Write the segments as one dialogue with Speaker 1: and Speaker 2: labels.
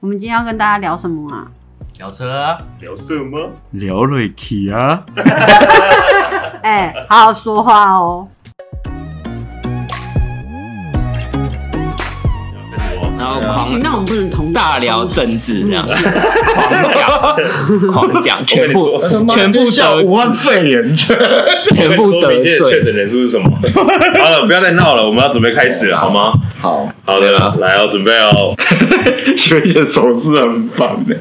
Speaker 1: 我们今天要跟大家聊什么啊？
Speaker 2: 聊车，
Speaker 3: 啊
Speaker 4: 聊色吗？
Speaker 5: 聊瑞奇啊，
Speaker 1: 哎、好好说话哦。
Speaker 3: 然后
Speaker 4: 啊
Speaker 1: 不行，
Speaker 3: 狂
Speaker 1: 那我们嗯不能同
Speaker 3: 大聊政治这样，狂讲狂讲，全部全部得
Speaker 5: 武汉肺 炎，
Speaker 3: 全部
Speaker 4: 我跟
Speaker 3: 得
Speaker 4: 你说明天的确
Speaker 3: 罪。
Speaker 4: 诊人数是什 么？好了，不要再闹了，我们要准备开始了，好吗？
Speaker 5: 好，啊
Speaker 4: 好的，来哦，准备哦。
Speaker 5: 学姐手势很烦的。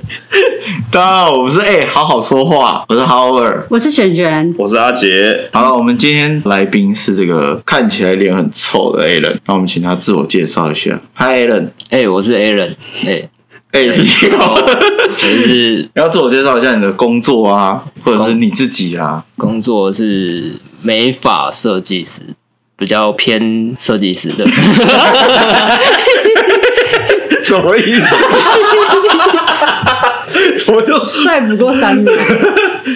Speaker 5: 大家好，我们是哎、好好说话，我是 Howard。
Speaker 1: 我是璇璇，
Speaker 4: 我是阿杰，
Speaker 5: 好了，我们今天来宾是这个看起来脸很臭的 Alan，那我们请他自我介绍一下。Hi Alan，
Speaker 3: 哎，我是 Aaron，哎，
Speaker 5: 哎、你好
Speaker 3: 就是
Speaker 5: 你要自我介绍一下你的工作啊，或者是你自己啊。
Speaker 3: 工作是美发设计师，比较偏设计师 的。
Speaker 5: 什么 意思？什么叫
Speaker 1: 帅不过三秒，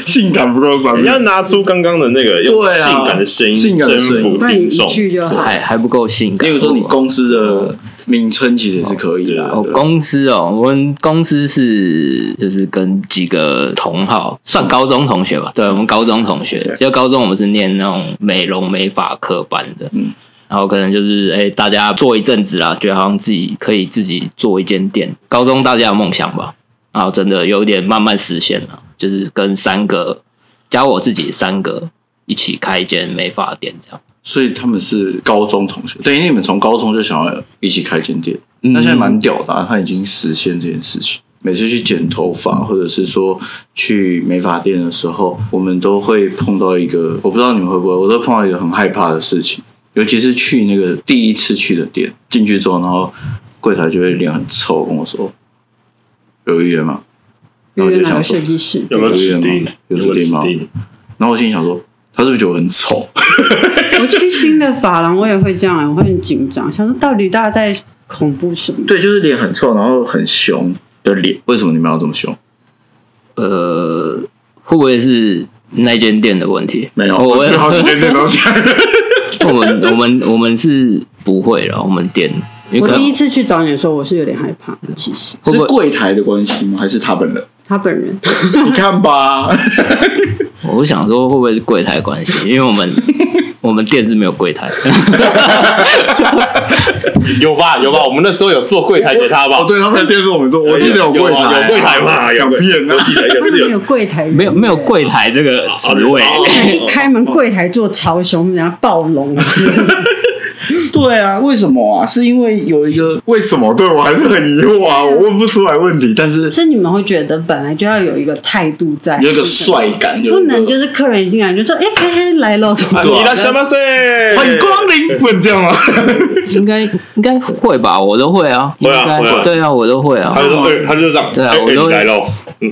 Speaker 5: 性感不够三
Speaker 4: 你要拿出刚刚的那个用
Speaker 5: 对啊
Speaker 4: 性感的声音
Speaker 5: 性感的
Speaker 4: 征
Speaker 5: 声音
Speaker 4: 服
Speaker 1: 不然你
Speaker 4: 听
Speaker 1: 一
Speaker 4: 众。
Speaker 1: 句就 好。
Speaker 3: 还还不够性感。
Speaker 5: 例如说，你公司的名称其实也是可以的啊。
Speaker 3: 啊哦
Speaker 5: 对
Speaker 3: 公司哦，我们公司是就是跟几个同好，算高中同学吧。对，我们高中同学，就高中我们是念那种美容美发科班的，嗯。然后可能就是哎、大家做一阵子啦，觉得好像自己可以自己做一间店。高中大家的梦想吧，然后真的有一点慢慢实现了，就是跟三个加我自己三个一起开一间美发店这样。
Speaker 5: 所以他们是高中同学，等于你们从高中就想要一起开间店，
Speaker 3: 嗯
Speaker 5: 那现在蛮屌的、啊，他已经实现这件事情。每次去剪头发，或者是说去美发店的时候，我们都会碰到一个，我不知道你们会不会，我都碰到一个很害怕的事情，尤其是去那个第一次去的店，进去之后，然后柜台就会脸很臭，跟我说有预约吗？
Speaker 1: 因
Speaker 5: 然后我
Speaker 1: 为
Speaker 5: 就
Speaker 1: 哪个
Speaker 5: 想说
Speaker 1: 设计师？
Speaker 4: 有没有指定？
Speaker 5: 有
Speaker 4: 有
Speaker 5: 指定吗
Speaker 4: 没有指 定？
Speaker 5: 然后我心里想说，他是不是觉得我很丑？
Speaker 1: 我去新的发廊，我也会这样、我会很紧张，想说到底大家在恐怖什么？
Speaker 5: 对，就是脸很臭，然后很凶的脸。为什么你们要这么凶？
Speaker 3: 呃，会不会是那间店的问题？
Speaker 5: 没有，
Speaker 3: 我
Speaker 5: 去哦好几间店 都这样。
Speaker 3: 我们我们我们是不会了，我们店，因为
Speaker 1: 我
Speaker 3: 可能
Speaker 1: 第一次去找你的时候，我是有点害怕的。其实
Speaker 3: 会不
Speaker 5: 是
Speaker 3: 会
Speaker 5: 柜台的关系吗？还是他本人？
Speaker 1: 他本人，
Speaker 5: 你看吧，
Speaker 3: 我想说会不会是柜台 关系？因为我们我们店是没有柜台，
Speaker 2: 有吧有吧，我们那时候有做柜台给他
Speaker 5: 哦，
Speaker 2: 吧，
Speaker 5: 对，他们的店是我 们做，我记得
Speaker 4: 有
Speaker 5: 柜台，
Speaker 4: 有柜台嘛？有
Speaker 5: 想
Speaker 4: 柜
Speaker 5: 骗
Speaker 4: 我
Speaker 5: 啊。
Speaker 4: 记得也
Speaker 1: 他
Speaker 4: 是
Speaker 1: 们
Speaker 4: 有
Speaker 1: 没有柜台，
Speaker 3: 没有没有柜台这个职位。
Speaker 1: 一开门柜台做超凶，人家暴 龙。 啊
Speaker 5: 对啊，为什么啊？是因为有一个为什么？对我还是很疑惑啊，我问不出来问题。但是
Speaker 1: 是你们会觉得本来就要有一个态度在，
Speaker 5: 有一个帅感，有
Speaker 1: 不
Speaker 5: 一个
Speaker 1: 能就是客人一进来就说，哎哎哎，来了什么
Speaker 5: 对啊
Speaker 4: 你的什么事？
Speaker 5: 欢迎光临，不能这样吗？
Speaker 3: 应该应该会吧，我都会啊，应
Speaker 4: 会啊
Speaker 3: 该
Speaker 4: 会啊
Speaker 3: 对啊，我都会啊
Speaker 4: 他，就说，哎他就这样，
Speaker 3: 对啊
Speaker 4: 哎哎
Speaker 3: 我都
Speaker 4: 你来喽。嗯，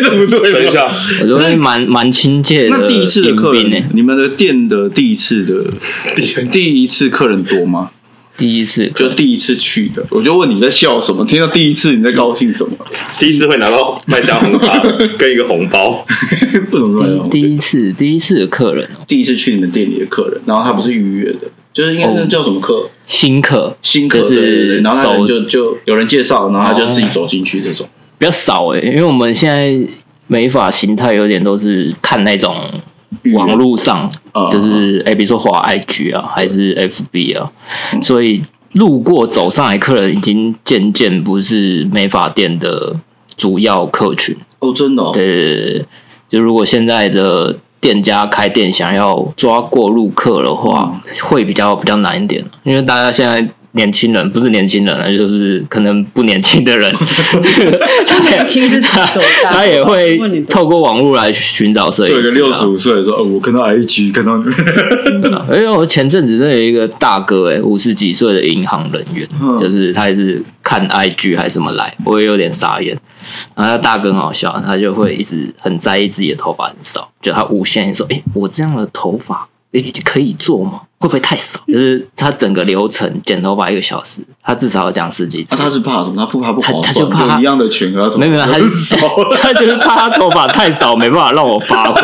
Speaker 4: 这不对，等一下，
Speaker 3: 我都会蛮蛮亲切的。
Speaker 5: 那第一次的客
Speaker 3: 迎宾
Speaker 5: 人
Speaker 3: 欸，
Speaker 5: 你们的店的第一次的 第一次客人多吗？
Speaker 3: 第一次
Speaker 5: 就第一次去的，我就问你在笑什么？听到第一次你在高兴什么？
Speaker 4: 第一次会拿到麦香红茶跟一个红包，
Speaker 5: 不怎么
Speaker 3: 嗯第第一次第一次的客人哦，
Speaker 5: 第一次去你们店里的客人，然后他不是预约的，就是应该是叫什么客？
Speaker 3: 新客
Speaker 5: 新客
Speaker 3: 就
Speaker 5: 对对
Speaker 3: 是哦
Speaker 5: 对，然后他可
Speaker 3: 手
Speaker 5: 能就就有人介绍，然后他就自己走进去这种。
Speaker 3: 比较少诶、因为我们现在美发形态有点都是看那种网络上
Speaker 5: 嗯，
Speaker 3: 就是诶、比如说滑 IG 啊，还是 FB 啊，所以路过走上来客人已经渐渐不是美发店的主要客群。
Speaker 5: 哦，真的哦，
Speaker 3: 对对对对，就如果现在的店家开店想要抓过路客的话，
Speaker 1: 嗯
Speaker 3: 会比较比较难一点，因为大家现在。年轻人不是年轻人啊，就是可能不年轻的人，
Speaker 1: 年轻是指多大
Speaker 3: 哎 他也会
Speaker 1: 问你多大
Speaker 3: 透过网络来寻找摄影
Speaker 5: 对
Speaker 3: 师、
Speaker 5: 一
Speaker 3: 啊。
Speaker 5: 个六十五岁的说，哦，我看到 IG，看到 你们，
Speaker 3: 哎呦，我前阵子真的有一个大哥、哎，五十几岁的银行人员，
Speaker 5: 嗯
Speaker 3: 就是他也是看 IG 还是什么来，我也有点傻眼。然后他大哥很好笑，他就会一直很在意自己的头发很少，就他无限地说：“哎、我这样的头发，哎、可以做吗？”会不会太少？就是他整个流程剪头发一个小时，他至少要讲十几次。
Speaker 5: 那啊他是怕什么？他不怕不划
Speaker 3: 他他
Speaker 5: 算，
Speaker 3: 就怕他
Speaker 5: 一样的 钱，他怎么
Speaker 3: 没有没有，他是他就是怕他头发太少，没办法让我发挥。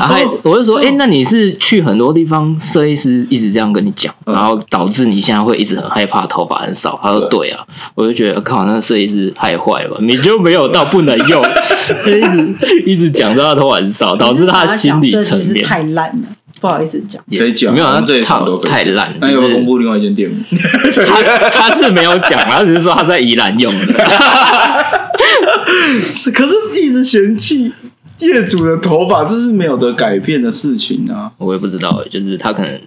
Speaker 3: 然后还我就说，哎、那你是去很多地方，设计师一直这样跟你讲，然后导致你现在会一直很害怕头发很少。他说对啊，我就觉得靠，那设计师太坏了吧，你就没有到不能用，就一直一直讲到他头发很少，导致他的心理层
Speaker 1: 是
Speaker 3: 面
Speaker 1: 太烂了，不好意思讲。
Speaker 3: 也
Speaker 5: 可以讲啊
Speaker 3: 没有，啊
Speaker 5: 我们
Speaker 3: 他
Speaker 5: 这一场
Speaker 3: 靠
Speaker 5: 都可以哎
Speaker 3: 太烂，
Speaker 5: 那有
Speaker 3: 就
Speaker 5: 没有
Speaker 3: 是
Speaker 5: 公布另外一 间店 名？
Speaker 3: 他他是没有讲，他只是说他在宜兰用 的。
Speaker 5: 是，可是一直嫌弃业主的头发，这是没有得改变的事情啊。
Speaker 3: 我也不知道欸，就是他可能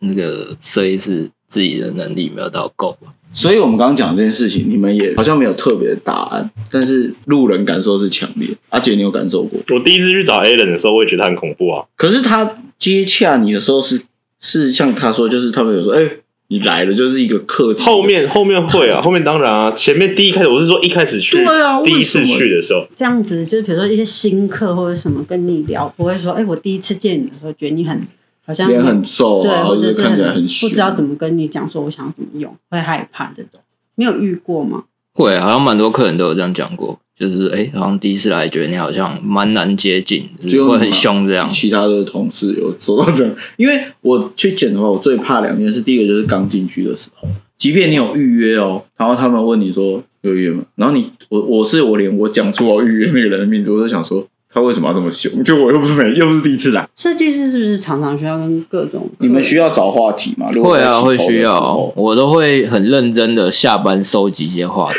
Speaker 3: 那个设计师自己的能力没有到够吧。
Speaker 5: 所以我们刚刚讲这件事情，你们也好像没有特别的答案，但是路人感受是强烈。阿姐，你有感受过？
Speaker 4: 我第一次去找 A 人的时候，我也觉得他很恐怖啊。
Speaker 5: 可是他接洽你的时候是是像他说，就是他们有说，哎、你来了，就是一个客气的
Speaker 4: 后面后面会啊，后面当然啊，前面第一开始我是说一开始去，
Speaker 5: 对啊
Speaker 4: 第一次
Speaker 5: 为什么
Speaker 4: 去的时候，
Speaker 1: 这样子就是比如说一些新客或者什么跟你聊，不会说哎、我第一次见你的时候觉得你很好像
Speaker 5: 脸很皱
Speaker 1: 对，
Speaker 5: 啊，
Speaker 1: 或
Speaker 5: 或
Speaker 1: 者
Speaker 5: 者
Speaker 1: 是
Speaker 5: 看起来很
Speaker 1: 不知道怎么跟你讲说我想怎么用，会害怕这种，你有遇过吗？
Speaker 3: 会，好像蛮多客人都有这样讲过，就是哎、诶好像第一次来觉得你好像蛮难接近，
Speaker 5: 只
Speaker 3: 就是
Speaker 5: 有
Speaker 3: 会
Speaker 5: 你
Speaker 3: 很
Speaker 5: 吗
Speaker 3: 凶这样。
Speaker 5: 其他的同事有做到这样，因为我去剪头发，我最怕两件事，第一个就是刚进去的时候，即便你有预约哦，然后他们问你说有预约吗？然后你我我是我连我讲出我预约那个人的名字，我都想说他为什么要这么凶？就我又不是没又不是第一次来，
Speaker 1: 设计师是不是常常需要跟各种
Speaker 5: 你们需
Speaker 1: 要
Speaker 5: 要找话题吗？如果
Speaker 3: 会
Speaker 5: 在
Speaker 3: 啊，
Speaker 5: 洗头
Speaker 3: 会
Speaker 5: 的时候
Speaker 3: 需要，我都会很认真的下班收集一些话题，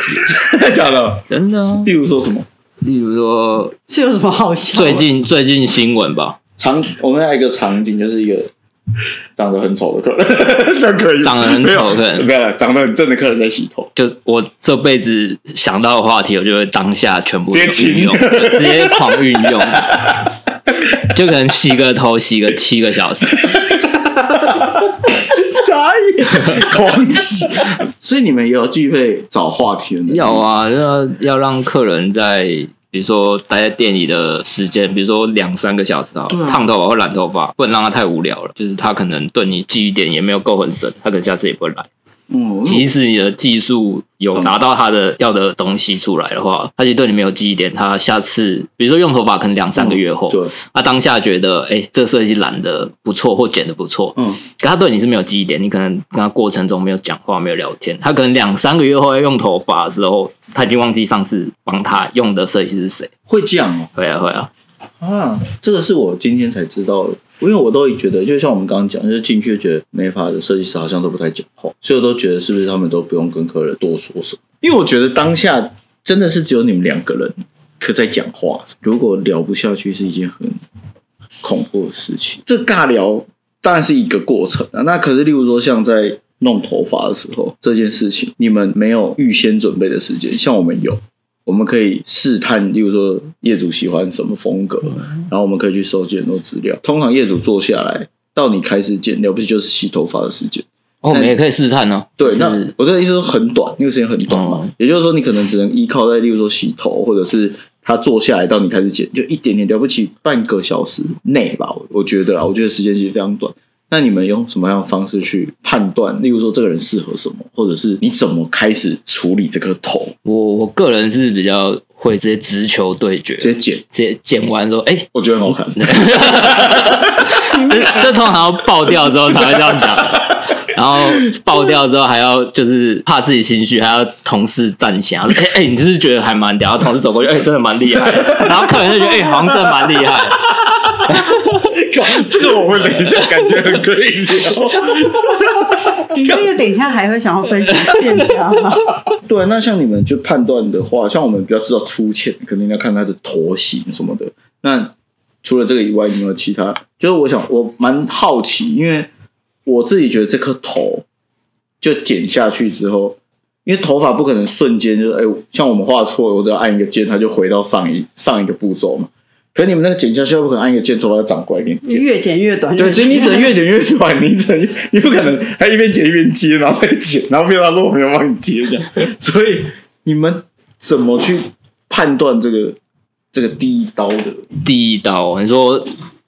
Speaker 5: 真 的假的？
Speaker 3: 真的、啊。
Speaker 5: 例如说什么？
Speaker 3: 例如说
Speaker 1: 是有什么好笑的？
Speaker 3: 最
Speaker 5: 啊
Speaker 3: 近最近新闻吧，
Speaker 5: 场我们来一个场景，就是一个长得很丑的客人，这样可以吗？
Speaker 3: 长得很丑的客人
Speaker 5: 没有没有长得很正的客人在洗头，
Speaker 3: 就我这辈子想到的话题，我就会当下全部
Speaker 5: 直接
Speaker 3: 都
Speaker 5: 清
Speaker 3: 运用，就直接狂运用， 就可能洗个头洗个七个小时，
Speaker 5: 啥眼狂喜。所以你们也有具备找话题的能力。
Speaker 3: 要啊，要要让客人在比如说待在店里的时间，比如说两三个小时啊
Speaker 5: 对啊，
Speaker 3: 烫头发或染头发，不能让他太无聊了。就是他可能对你记忆点也没有够很深，他可能下次也不会来。
Speaker 5: 嗯，
Speaker 3: 即使你的技术有达到他的要的东西出来的话，他就对你没有记忆点，他下次比如说用头发可能两三个月后，
Speaker 5: 嗯对，
Speaker 3: 他当下觉得，哎、这设计染的不错或剪的不错，
Speaker 5: 嗯，
Speaker 3: 可他对你是没有记忆点，你可能跟他过程中没有讲话、没有聊天，他可能两三个月后要用头发的时候，他已经忘记上次帮他用的设计师是谁。
Speaker 5: 会这样哦、
Speaker 3: 会啊，会啊，
Speaker 5: 啊，这个是我今天才知道的。因为我都会觉得，就像我们刚刚讲，就是进去就觉得美发的设计师好像都不太讲话，所以我都觉得是不是他们都不用跟客人多说什么？因为我觉得当下真的是只有你们两个人可在讲话，如果聊不下去是一件很恐怖的事情。这尬聊当然是一个过程啊，那可是例如说像在弄头发的时候这件事情，你们没有预先准备的时间，像我们有，我们可以试探，例如说业主喜欢什么风格，
Speaker 3: 嗯
Speaker 5: 然后我们可以去收集很多资料。通常业主坐下来到你开始剪，了不起就是洗头发的时间。
Speaker 3: 哦，我们也可以试探哦。
Speaker 5: 对
Speaker 3: 就，
Speaker 5: 那
Speaker 3: 是
Speaker 5: 我的意思说很短，那个时间很短嘛，
Speaker 3: 哦
Speaker 5: 也就是说你可能只能依靠在，例如说洗头，或者是他坐下来到你开始剪，就一点点了不起半个小时内吧，我我觉得啦，我觉得时间其实非常短。那你们用什么样的方式去判断？例如说这个人适合什么，或者是你怎么开始处理这个头，
Speaker 3: 我我个人是比较会直接直球对决，
Speaker 5: 直接剪，
Speaker 3: 直接剪完说，哎、
Speaker 5: 我觉得很 好看。
Speaker 3: 这 这通常要爆掉之后才会这样讲，然后爆掉之后还要就是怕自己心虚，还要同事赞赏，哎、哎、你是不是觉得还蛮屌？然后同事走过去，哎、真的蛮厉害的，然后客人就觉得，哎、好像真的蛮厉害。
Speaker 6: 这个我们等一下感觉很可以 聊。
Speaker 1: 你这个等一下还会想要分享给店家吗？
Speaker 5: 对，那像你们就判断的话，像我们比较知道粗浅，肯定要看它的头型什么的。那除了这个以外，有没有其他？就是我想，我蛮好奇，因为我自己觉得这颗头就剪下去之后，因为头发不可能瞬间就是，哎、像我们画错了，我只要按一个键，它就回到上一上一个步骤嘛。可是你们那个剪下去，不可能按一个键，头发就长过来给你剪。
Speaker 1: 越剪越短，
Speaker 5: 对，
Speaker 1: 越
Speaker 5: 所
Speaker 1: 剪
Speaker 5: 以你只能越剪越 短，你只能你不 可能还一边剪一边接，然后再剪，然后被他说我没有帮你接这样。 所以你们怎么去判断这个这个第一刀的？
Speaker 3: 第一刀，你说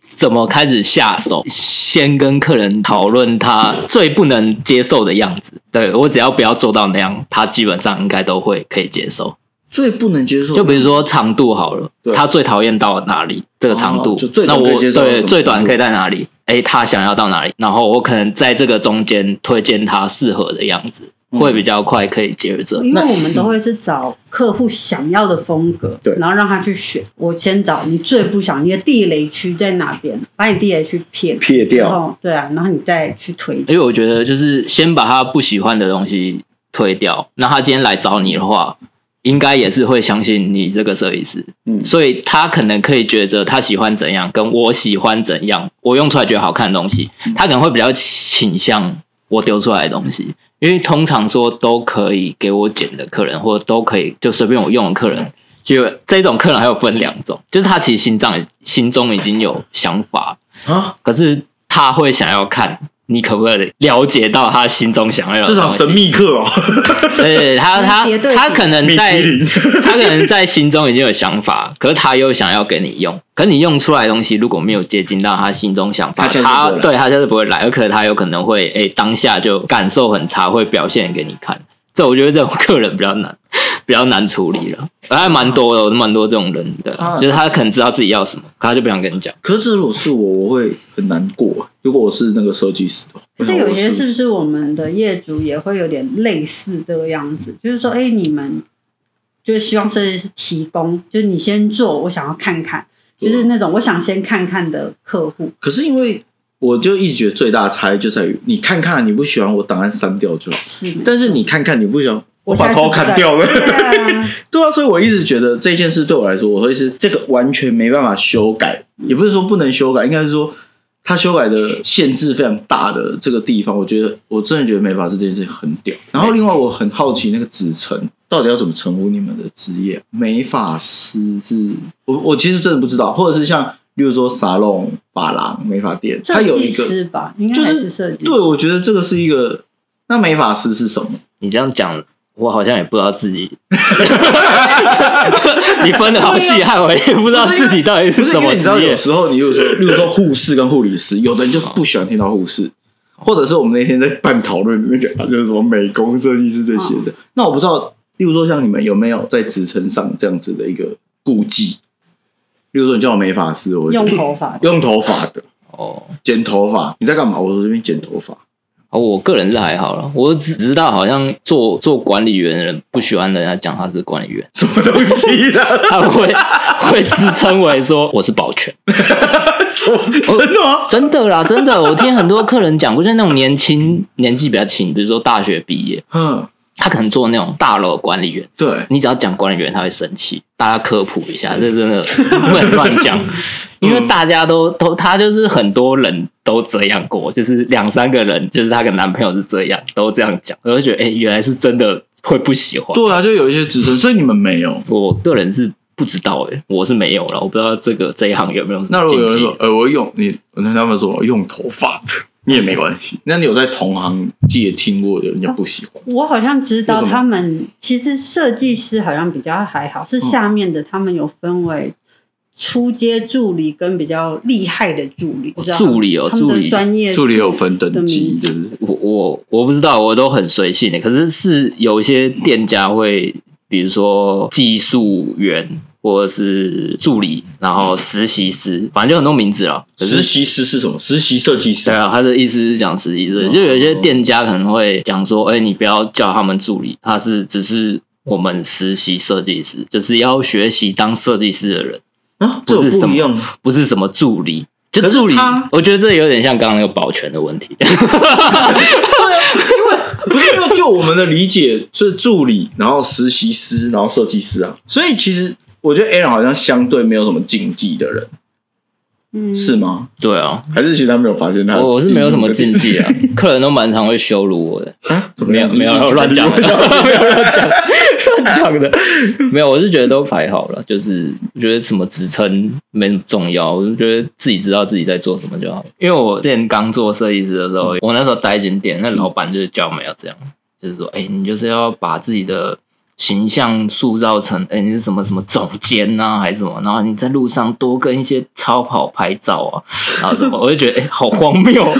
Speaker 3: 怎么开始下手，先跟客人讨论他最不能接受的样子。对我只要不要做到那样，他基本上应该都会可以接受。
Speaker 5: 最不能接受的，
Speaker 3: 就比如说长度好了
Speaker 5: 对，
Speaker 3: 他最讨厌到哪里？这个长度，
Speaker 5: 哦就最
Speaker 3: 那
Speaker 5: 短可以
Speaker 3: 我
Speaker 5: 接受到什
Speaker 3: 对
Speaker 5: 么
Speaker 3: 最
Speaker 5: 程
Speaker 3: 短
Speaker 5: 度
Speaker 3: 可以在哪里？哎，他想要到哪里？然后我可能在这个中间推荐他适合的样子，
Speaker 5: 嗯
Speaker 3: 会比较快可以接着。
Speaker 1: 因为我们都会是找客户想要的风格，
Speaker 5: 嗯对
Speaker 1: 然后让他去选。我先找你最不想，你的地雷区在哪边，把你地雷区撇
Speaker 5: 撇掉哎
Speaker 1: 然后对啊，然后你再去推。
Speaker 3: 因为我觉得就是先把他不喜欢的东西推掉，那他今天来找你的话，应该也是会相信你这个设计师，
Speaker 5: 嗯
Speaker 3: 所以他可能可以觉得他喜欢怎样，跟我喜欢怎样，我用出来觉得好看的东西，他可能会比较倾向我丢出来的东西，因为通常说都可以给我剪的客人，或者都可以就随便我用的客人。就这种客人还有分两种，就是他其实心脏心中已经有想法，
Speaker 5: 啊，
Speaker 3: 可是他会想要看你可不可以了解到他心中想要的
Speaker 7: 这场神秘课哦，
Speaker 3: 东西，对他他
Speaker 1: 别对比
Speaker 3: 他可能
Speaker 7: 米
Speaker 3: 在
Speaker 7: 其林
Speaker 3: 他可能在心中已经有想法，可是他又想要给你用，可你用出来的东西如果没有接近到他心中想法，
Speaker 5: 他下次
Speaker 3: 他
Speaker 5: 不会来
Speaker 3: 对他就是不会来，而可他有可能会诶、当下就感受很差，会表现给你看。这我觉得这种客人比较难， 比较难处理了，还蛮多的，蛮多这种人的，
Speaker 5: 啊
Speaker 3: 就是他可能知道自己要什么，可他就不想跟你讲。
Speaker 5: 可是如果是我，我会很难过。如果我是那个设计师的话，我
Speaker 1: 这
Speaker 5: 想
Speaker 1: 有
Speaker 5: 我
Speaker 1: 些是不是我们的业主也会有点类似这个样子？就是说，哎，你们就是希望设计师提供，就是你先做，我想要看看，就是那种我想先看看的客户。
Speaker 5: 可是因为我就一直觉得最大的差异就在于，你看啊看你不喜欢，我档案删掉就好。
Speaker 1: 是没错，
Speaker 5: 但是你看看你不喜欢，
Speaker 1: 我
Speaker 7: 把
Speaker 1: 下次
Speaker 7: 头
Speaker 1: 不
Speaker 7: 砍
Speaker 1: 再
Speaker 7: 掉了
Speaker 1: 对 啊，
Speaker 5: 对啊，所以我一直觉得这件事对我来说，我会是这个完全没办法修改，也不是说不能修改，应该是说它修改的限制非常大的这个地方，我觉得我真的觉得美发师这件事情很屌。然后另外我很好奇那个职称到底要怎么称呼你们的职业？美发师是我我其实真的不知道，或者是像例如说沙龙、发廊、美发店，它有
Speaker 1: 设
Speaker 5: 一
Speaker 1: 计
Speaker 5: 个
Speaker 1: 师吧，应该
Speaker 5: 就
Speaker 1: 还
Speaker 5: 是
Speaker 1: 是设计师。
Speaker 5: 对，我觉得这个是一个。那美发师是什么？
Speaker 3: 你这样讲，我好像也不知道自 己，你分的好细，害我也不知道自己到底
Speaker 5: 不
Speaker 3: 是
Speaker 5: 是
Speaker 3: 什
Speaker 5: 因
Speaker 3: 么
Speaker 5: 为你知道，
Speaker 3: 职业哦
Speaker 5: 有。时候你 有说，例如说护士跟护理师，有的人就不喜欢听到护士，或者是我们那天在办讨论那个啊就是什么美工设计师这些
Speaker 3: 哦
Speaker 5: 的。那我不知道，例如说像你们有没有在职称上这样子的一个顾忌？例如说你叫我美发师，我会
Speaker 1: 用头发
Speaker 5: 用头发的
Speaker 3: 哦，
Speaker 5: 剪头发，你在干嘛？我说这边剪头发。
Speaker 3: 哦我个人是还好了，我只知道好像做做管理员的人不喜欢人家讲他是管理员，
Speaker 5: 什么东西啦？
Speaker 3: 他会会自称为说我是保全，哦
Speaker 5: 真的吗？
Speaker 3: 真的啦，真的，我听很多客人讲过，就是那种年轻年纪比较轻，比如说大学毕业，
Speaker 5: 嗯，
Speaker 3: 他可能做那种大楼管理员。
Speaker 5: 对，
Speaker 3: 你只要讲管理员，他会生气。大家科普一下，这真的不能乱 讲，因为大家都都他就是很多人都这样过，就是两三个人，就是她跟男朋友是这样，都这样讲，我就觉得哎、诶原来是真的会不喜欢。
Speaker 5: 对啊，就有一些职称，所以你们没有。
Speaker 3: 我个人是不知道哎、诶我是没有了，我不知道这个这一行有没有什
Speaker 5: 那
Speaker 3: 么
Speaker 5: 如果
Speaker 3: 禁
Speaker 5: 有人
Speaker 3: 忌
Speaker 5: 说，呃，我用你，那他们说我用头发的，你也没关系。 那你有在同行界听过的人家不喜欢？
Speaker 1: 我好像知
Speaker 5: 为
Speaker 1: 道
Speaker 5: 什么
Speaker 1: 他们其实设计师好像比较还好，
Speaker 5: 嗯
Speaker 1: 是下面的他们有分为初阶助理跟比较厉害的助理，知道吗
Speaker 3: 助理哦
Speaker 1: 他们
Speaker 3: 助
Speaker 1: 的
Speaker 3: 理
Speaker 1: 专业
Speaker 5: 助理有分等级，就是
Speaker 3: 我我我不知道，我都很随性欸的。可是是有一些店家会，比如说技术员或者是助理，然后实习师，反正就很多名字了。可
Speaker 5: 实
Speaker 3: 是
Speaker 5: 习师是什么？实习设计师
Speaker 3: 对。啊，他的意思是讲实习
Speaker 5: 哦
Speaker 3: 生，就有一些店家可能会讲说，哎、你不要叫他们助理，他是只是我们实习设计师，就是要学习当设计师的人，
Speaker 5: 啊，这有
Speaker 3: 不是
Speaker 5: 不
Speaker 3: 什么
Speaker 5: 一样吗。
Speaker 3: 不是什么助理。就
Speaker 5: 可是
Speaker 3: 助理
Speaker 5: 他，
Speaker 3: 我觉得这有点像刚刚那个保全的问题。
Speaker 5: 不是因为就我们的理解是助理，然后实习师，然后设计师啊，所以其实我觉得 Aaron 好像相对没有什么禁忌的人，
Speaker 1: 嗯
Speaker 5: 是吗？
Speaker 3: 对啊，
Speaker 5: 还是其实他没有发现他？
Speaker 3: 我我是没有什么禁忌 啊，客人都蛮常会羞辱我的，
Speaker 5: 啊，怎么
Speaker 3: 没有
Speaker 5: 样
Speaker 3: 没有没有乱 讲的，没有乱 讲乱讲的，没有，我是觉得都还好了，就是觉得什么职称没那么重要，我就觉得自己知道自己在做什么就好。因为我之前刚做设计师的时候，我那时候待一间店，那老板就是教我们要这样，就是说，哎、你就是要把自己的。形象塑造成，哎、你是什么什么总监呐、还是什么？然后你在路上多跟一些超跑拍照啊，然后什么，我就觉得哎、好荒谬。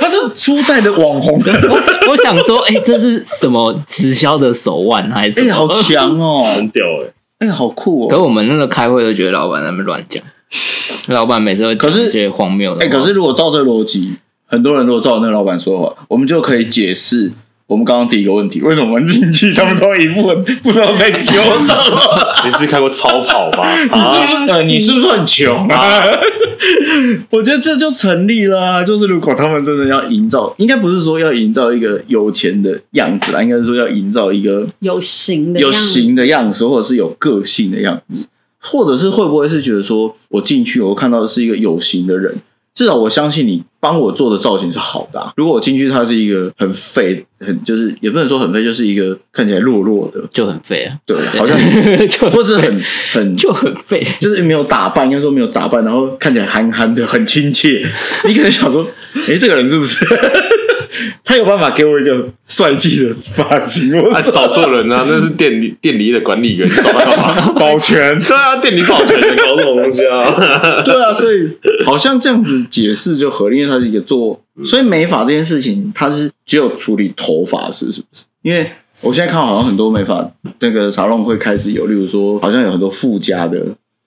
Speaker 5: 他是初代的网红啊的，
Speaker 3: 我 想我想说，哎、这是什么直销的手腕还是
Speaker 5: 哎、
Speaker 3: 什么？
Speaker 5: 好强 哦，
Speaker 8: 很屌哎、
Speaker 4: 欸
Speaker 5: 哎、好酷
Speaker 3: 可
Speaker 5: 哦。
Speaker 3: 我们那个开会都觉得老板在那边乱讲，老板每次都讲
Speaker 5: 可是
Speaker 3: 一些荒谬的话。
Speaker 5: 哎、可是如果照这个逻辑，很多人如果照那个老板说的话，我们就可以解释我们刚刚第一个问题，为什么我们进去他们都一副很不知道在求什么。
Speaker 4: 你是看过超跑吧？
Speaker 5: 你是不是、呃，你是不是很穷啊？ 我觉得这就成立了啊、就是如果他们真的要营造，应该不是说要营造一个有钱的样子啦，应该是说要营造一个
Speaker 1: 有型的
Speaker 5: 有
Speaker 1: 样子，
Speaker 5: 型的样子，或者是有个性的样子，或者是会不会是觉得说我进去我看到的是一个有型的人，至少我相信你帮我做的造型是好的、啊。如果我进去他是一个很废，很就是也不能说很废，就是一个看起来弱弱的，
Speaker 3: 就很废啊，
Speaker 5: 对，好像
Speaker 3: 就
Speaker 5: 或是很很
Speaker 3: 就很废。
Speaker 5: 就是没有打扮，应该说没有打扮，然后看起来憨憨的，很亲切。你可能想说，诶，这个人是不是 他有办法给我一个帅气的发型？我
Speaker 4: 啊，找错人啊，那是店里店里的管理员，你找他干嘛？
Speaker 5: 保全
Speaker 4: 对啊，店里保全的搞这种东西啊。
Speaker 5: 对啊，所以好像这样子解释就合理，因为他是一个做，
Speaker 4: 嗯
Speaker 5: 所以美发这件事情，他是只有处理头发是是不是？因为我现在看好像很多美发那个沙龙会开始有，例如说好像有很多附加的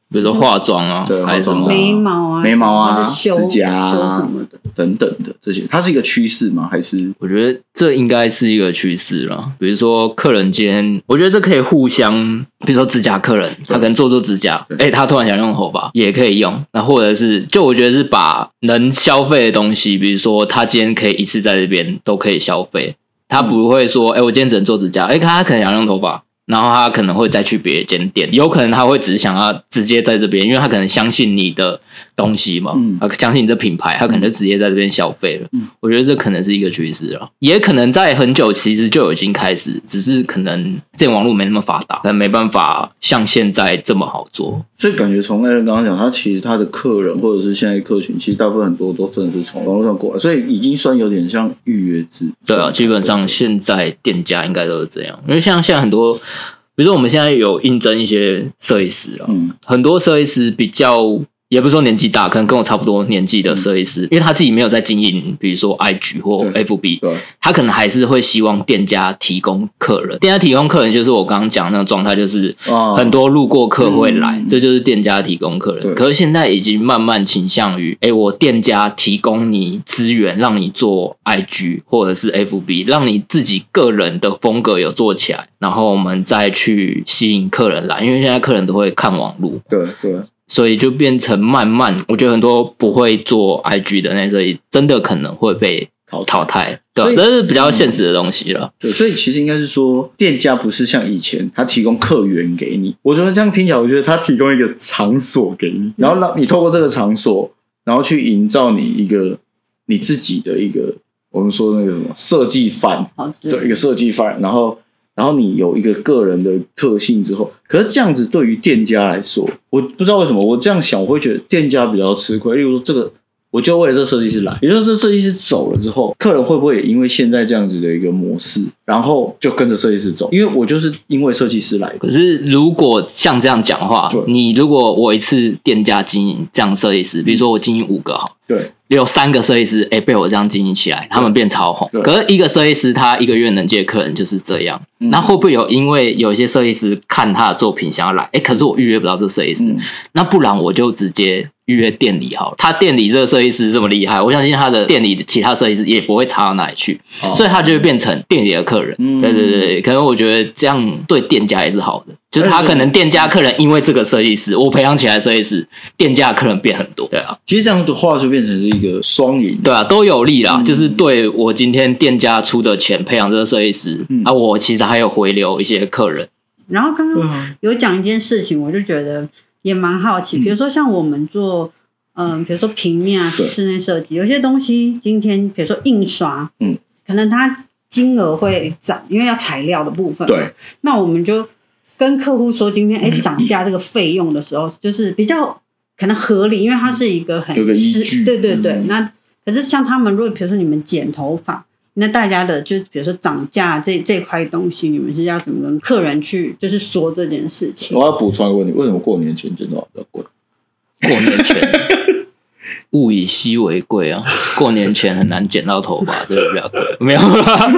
Speaker 3: 比如说化妆啊
Speaker 5: 对，
Speaker 3: 还是什
Speaker 5: 化
Speaker 3: 么
Speaker 5: 妆啊
Speaker 1: 眉毛啊，
Speaker 5: 眉毛啊
Speaker 1: 或者修
Speaker 5: 指甲啊
Speaker 1: 修什么的，
Speaker 5: 等等的这些，它是一个趋势吗？还是
Speaker 3: 我觉得这应该是一个趋势了。比如说客人间，我觉得这可以互相，比如说指甲客人，他可能做做指甲，哎、他突然想用头发，也可以用。那或者是，就我觉得是把能消费的东西，比如说他今天可以一次在这边都可以消费，他
Speaker 5: 嗯
Speaker 3: 不会说，哎、我今天只能做指甲，哎、他可能想用头发。然后他可能会再去别间店，有可能他会只是想要直接在这边，因为他可能相信你的东西嘛，
Speaker 5: 嗯
Speaker 3: 啊，相信你的品牌，他可能就直接在这边消费了。
Speaker 5: 嗯
Speaker 3: 我觉得这可能是一个趋势了，也可能在很久其实就已经开始，只是可能这网络没那么发达，但没办法像现在这么好做。
Speaker 5: 所以感觉从那人刚刚讲，他其实他的客人或者是现在客群，其实大部分很多都真的是从网络上过来，所以已经算有点像预约制。
Speaker 3: 对啊，基本上现在店家应该都是这样，因为像现在很多，比如说我们现在有应征一些设计师啊，
Speaker 5: 嗯，
Speaker 3: 很多设计师比较，也不是说年纪大，可能跟我差不多年纪
Speaker 5: 嗯
Speaker 3: 的设计师，因为他自己没有在经营，比如说 IG 或
Speaker 5: 对
Speaker 3: FB，
Speaker 5: 对，
Speaker 3: 他可能还是会希望店家提供客人。店家提供客人就是我刚刚讲的那个状态，就是
Speaker 5: 啊
Speaker 3: 很多路过客会来，
Speaker 5: 嗯
Speaker 3: 这就是店家提供客
Speaker 5: 对
Speaker 3: 人。可是现在已经慢慢倾向于，哎，我店家提供你资源，让你做 IG 或者是 FB，让你自己个人的风格有做起来，然后我们再去吸引客人来，因为现在客人都会看网路。
Speaker 5: 对对，
Speaker 3: 所以就变成慢慢，我觉得很多不会做 IG 的那些，真的可能会被
Speaker 5: 淘汰
Speaker 3: 淘汰，对
Speaker 5: 所
Speaker 3: 啊，
Speaker 5: 以嗯
Speaker 3: 这是比较现实的东西了。
Speaker 5: 对，所以其实应该是说，店家不是像以前他提供客源给你，我觉得这样听起来，我觉得他提供一个场所给你，然后让你透过这个场所，然后去营造你一个你自己的一个我们说那个什么设计范，
Speaker 1: 好，
Speaker 5: 哦对一个设计范，然后然后你有一个个人的特性之后，可是这样子对于店家来说，我不知道为什么我这样想，我会觉得店家比较吃亏。例如说这个。我就为了这设计师来，也就是这设计师走了之后，客人会不会也因为现在这样子的一个模式，然后就跟着设计师走？因为我就是因为设计师来的，
Speaker 3: 可是如果像这样讲话
Speaker 5: 对，
Speaker 3: 你如果我一次店家经营这样设计师，比如说我经营五个好，
Speaker 5: 嗯对
Speaker 3: 有三个设计师，哎、被我这样经营起来，他们变超红
Speaker 5: 对。
Speaker 3: 可是一个设计师他一个月能接客人就是这样，
Speaker 5: 嗯
Speaker 3: 那会不会有因为有一些设计师看他的作品想要来，哎、可是我预约不到这设计师，
Speaker 5: 嗯
Speaker 3: 那不然我就直接预约店里好了。他店里这个设计师这么厉害，我相信他的店里的其他设计师也不会差到哪里去，
Speaker 5: 哦
Speaker 3: 所以他就会变成店里的客人。
Speaker 5: 嗯
Speaker 3: 对对对，可能我觉得这样对店家也是好的，就是他可能店家客人因为这个设计师，我培养起来的设计师，店家的客人变很多。对啊。
Speaker 5: 其实这样子的话就变成是一个双赢，
Speaker 3: 对啊，都有利
Speaker 5: 嗯
Speaker 3: 啦，就是对我今天店家出的钱培养这个设计师，
Speaker 5: 嗯
Speaker 3: 啊，我其实还有回流一些客人，
Speaker 1: 然后刚刚
Speaker 5: 啊，
Speaker 1: 有讲一件事情，我就觉得也蛮好
Speaker 5: 嗯
Speaker 1: 奇，比如说像我们做。嗯，比如说平面啊，
Speaker 5: 对
Speaker 1: 室内设计，有些东西今天，比如说印刷，
Speaker 5: 嗯，
Speaker 1: 可能它金额会涨，因为要材料的部分，
Speaker 5: 对，嗯
Speaker 1: 那我们就跟客户说，今天哎涨价这个费用的时候， 就是比较可能合理，因为它是一个很
Speaker 5: 有个依
Speaker 1: 实
Speaker 5: 据
Speaker 1: 对对对。
Speaker 5: 嗯
Speaker 1: 那可是像他们，如果比如说你们剪头发，那大家的就比如说涨价这这块东西，你们是要怎么跟客人去就是说这件事情
Speaker 5: 我？要补充一个问题：为什么过年前剪头发比较贵？
Speaker 3: 过年 前物以稀为贵啊，过年前很难剪到头发，这个比较贵。没有 啦，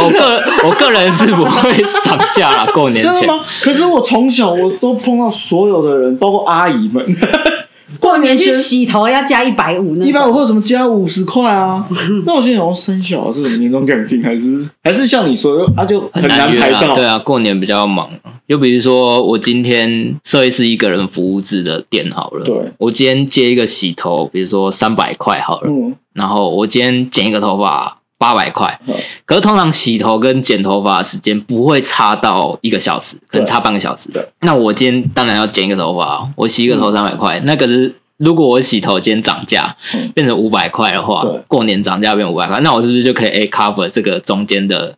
Speaker 3: 我个我个人是不会涨价啦，过年
Speaker 5: 真的
Speaker 3: 前。
Speaker 5: 吗？可是我从小我都碰到所有的人，包括阿姨们， 过
Speaker 1: 过年去洗头要加一百五，
Speaker 5: 一百五或什么加五十块 啊？那我心想，哦生小孩是什么年终奖金，还是还是像你说的，啊就很
Speaker 3: 嗯难
Speaker 5: 难
Speaker 3: 约
Speaker 5: 排
Speaker 3: 啊，
Speaker 5: 到
Speaker 3: 对。啊，过年比较忙。就比如说，我今天设计师一个人服务制的店好了，
Speaker 5: 对
Speaker 3: 我今天接一个洗头，比如说三百块好了，
Speaker 5: 嗯，
Speaker 3: 然后我今天剪一个头发八百块
Speaker 5: 嗯，
Speaker 3: 可是通常洗头跟剪头发的时间不会差到一个小时，可能差半个小时
Speaker 5: 对。
Speaker 3: 那我今天当然要剪一个头发，我洗一个头三百块，那可是。如果我洗头今天涨价
Speaker 5: 嗯
Speaker 3: 变成五百块的话
Speaker 5: 对，
Speaker 3: 过年涨价变五百块，那我是不是就可以诶 cover 这个中间的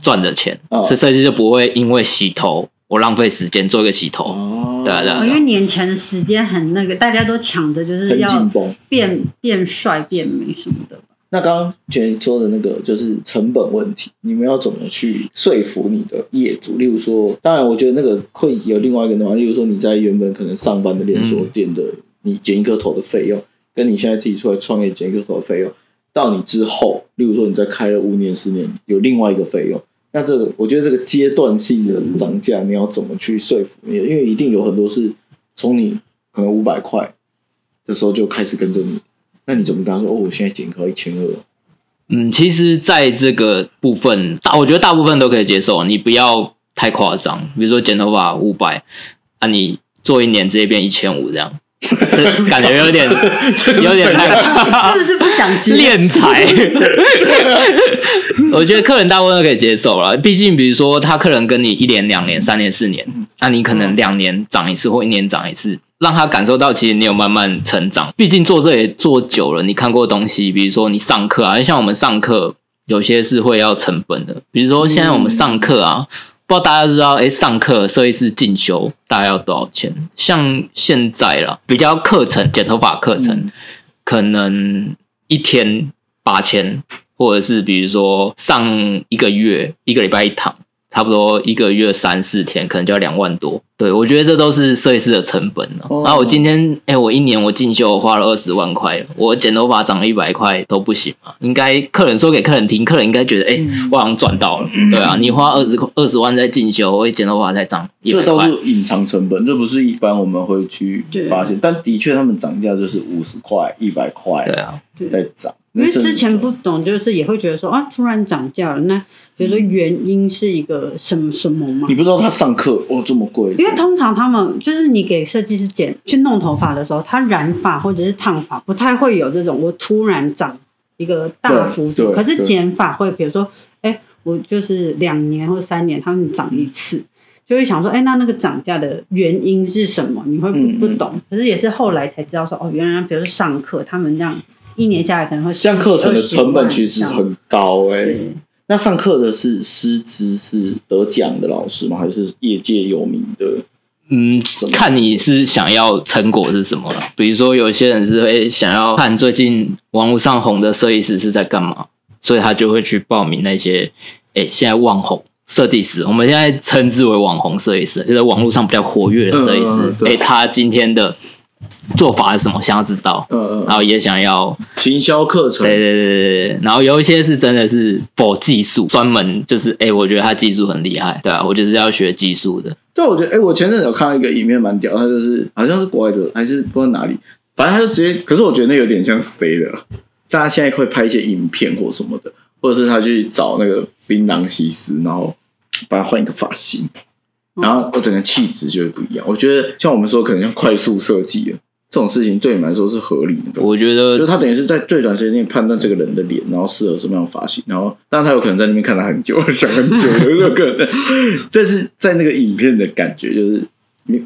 Speaker 3: 赚的钱？
Speaker 5: 嗯
Speaker 3: 所以设计师就不会因为洗头我浪费时间做一个洗头。
Speaker 5: 哦
Speaker 3: 对啊对啊
Speaker 1: 哦因为年前的时间很那个，大家都抢着就是
Speaker 5: 很紧
Speaker 1: 要
Speaker 5: 绷。
Speaker 1: 变变帅、变美什么的。
Speaker 5: 那刚刚姐说的那个就是成本问题，你们要怎么去说服你的业主？例如说，当然我觉得那个会有另外一个的话，例如说你在原本可能上班的连锁店的，你剪一颗头的费用，跟你现在自己出来创业剪一颗头的费用，到你之后，例如说你再开了五年、十年，有另外一个费用。那这个，我觉得这个阶段性的涨价，你要怎么去说服你？因为一定有很多是从你可能五百块的时候就开始跟着你，那你怎么跟他说？哦，我现在减到一千二，
Speaker 3: 嗯，其实在这个部分，大我觉得大部分都可以接受，你不要太夸张。比如说剪头发五百，啊，你做一年直接变一千五这样，这感觉有点有点太
Speaker 1: 真的是不想 接。
Speaker 3: 敛财。 我觉得客人大部分都可以接受了，毕竟比如说他客人跟你一年、两年、三年、四年，那你可能两年涨一次或一年涨一次，让他感受到其实你有慢慢成长。毕竟做这也做久了，你看过的东西，比如说你上课啊，像我们上课有些是会要成本的，比如说现在我们上课啊。不知道大家知道，哎、上课设计师进修大概要多少钱？像现在啦，比较课程剪头发课程，可能一天八千，或者是比如说上一个月一个礼拜一堂，差不多一个月三四天，可能就要两万多。对我觉得这都是设计师的成本了、
Speaker 5: 哦
Speaker 3: 然后我今天，哎、我一年我进修我花了二十万块，我剪头发涨了一百块都不行嘛？应该客人说给客人听，客人应该觉得，哎、
Speaker 5: 嗯
Speaker 3: 我好像赚到了。对啊，你花二十二十万在进修，我一剪头发才涨一
Speaker 5: 这
Speaker 3: 百
Speaker 5: 都
Speaker 3: 块。
Speaker 5: 是隐藏成本，这不是一般我们会去
Speaker 1: 对啊
Speaker 5: 发现。但的确，他们涨价就是五十块、一百块
Speaker 3: 对啊，
Speaker 5: 在涨，
Speaker 1: 因为
Speaker 5: 那甚至
Speaker 1: 之前不懂，就是也会觉得说啊，突然涨价了，那比如说原因是一个什么什么嘛
Speaker 5: 你？不知道他上课哦这么贵，
Speaker 1: 因为通常他们就是你给设计师剪去弄头发的时候，他染发或者是烫发不太会有这种我突然长一个大幅
Speaker 5: 对
Speaker 1: 度，
Speaker 5: 对
Speaker 1: 可是剪发会，比如说，哎，我就是两年或三年他们长一次，就会想说，哎，那那个涨价的原因是什么？你会不
Speaker 5: 嗯嗯
Speaker 1: 不懂，可是也是后来才知道说，哦，原来比如说上课，他们这样一年下来可能会
Speaker 5: 这样课程的成本其实
Speaker 1: 20万以上
Speaker 5: 很高哎、
Speaker 1: 对
Speaker 5: 那上课的是师资是得奖的老师吗？还是业界有名的？
Speaker 3: 嗯
Speaker 5: 么，
Speaker 3: 看你是想要成果是什么了。比如说，有些人是会想要看最近网络上红的设计师是在干嘛，所以他就会去报名那些，诶、现在网红设计师，我们现在称之为网红设计师，就是网络上比较活跃的设计师
Speaker 9: 嗯嗯嗯。
Speaker 3: 诶、
Speaker 9: 对
Speaker 3: 他今天的做法是什么？想要知道，
Speaker 1: 呃
Speaker 5: 嗯嗯，
Speaker 3: 然后也想要
Speaker 5: 行销课程
Speaker 3: 啊对对对对对，然后有一些是真的是否技术，专门就是哎、我觉得他技术很厉害，对啊，我就是要学技术的。
Speaker 5: 对，我觉得，哎、我前阵子有看到一个影片蛮屌，他就是好像是国外的，还是不知道哪里，反正他就直接，可是我觉得那有点像 stay 的了。大家现在会拍一些影片或什么的，或者是他去找那个槟榔西施，然后把它换一个发型，然后我整个气质就会不一样。我觉得像我们说，可能像快速设计的这种事情，对你们来说是合理的。
Speaker 3: 我觉得
Speaker 5: 就是他等于是在最短时间内判断这个人的脸，然后适合什么样的发型，然后当然他有可能在那边看他很久，想很久，有可能，但是在那个影片的感觉就是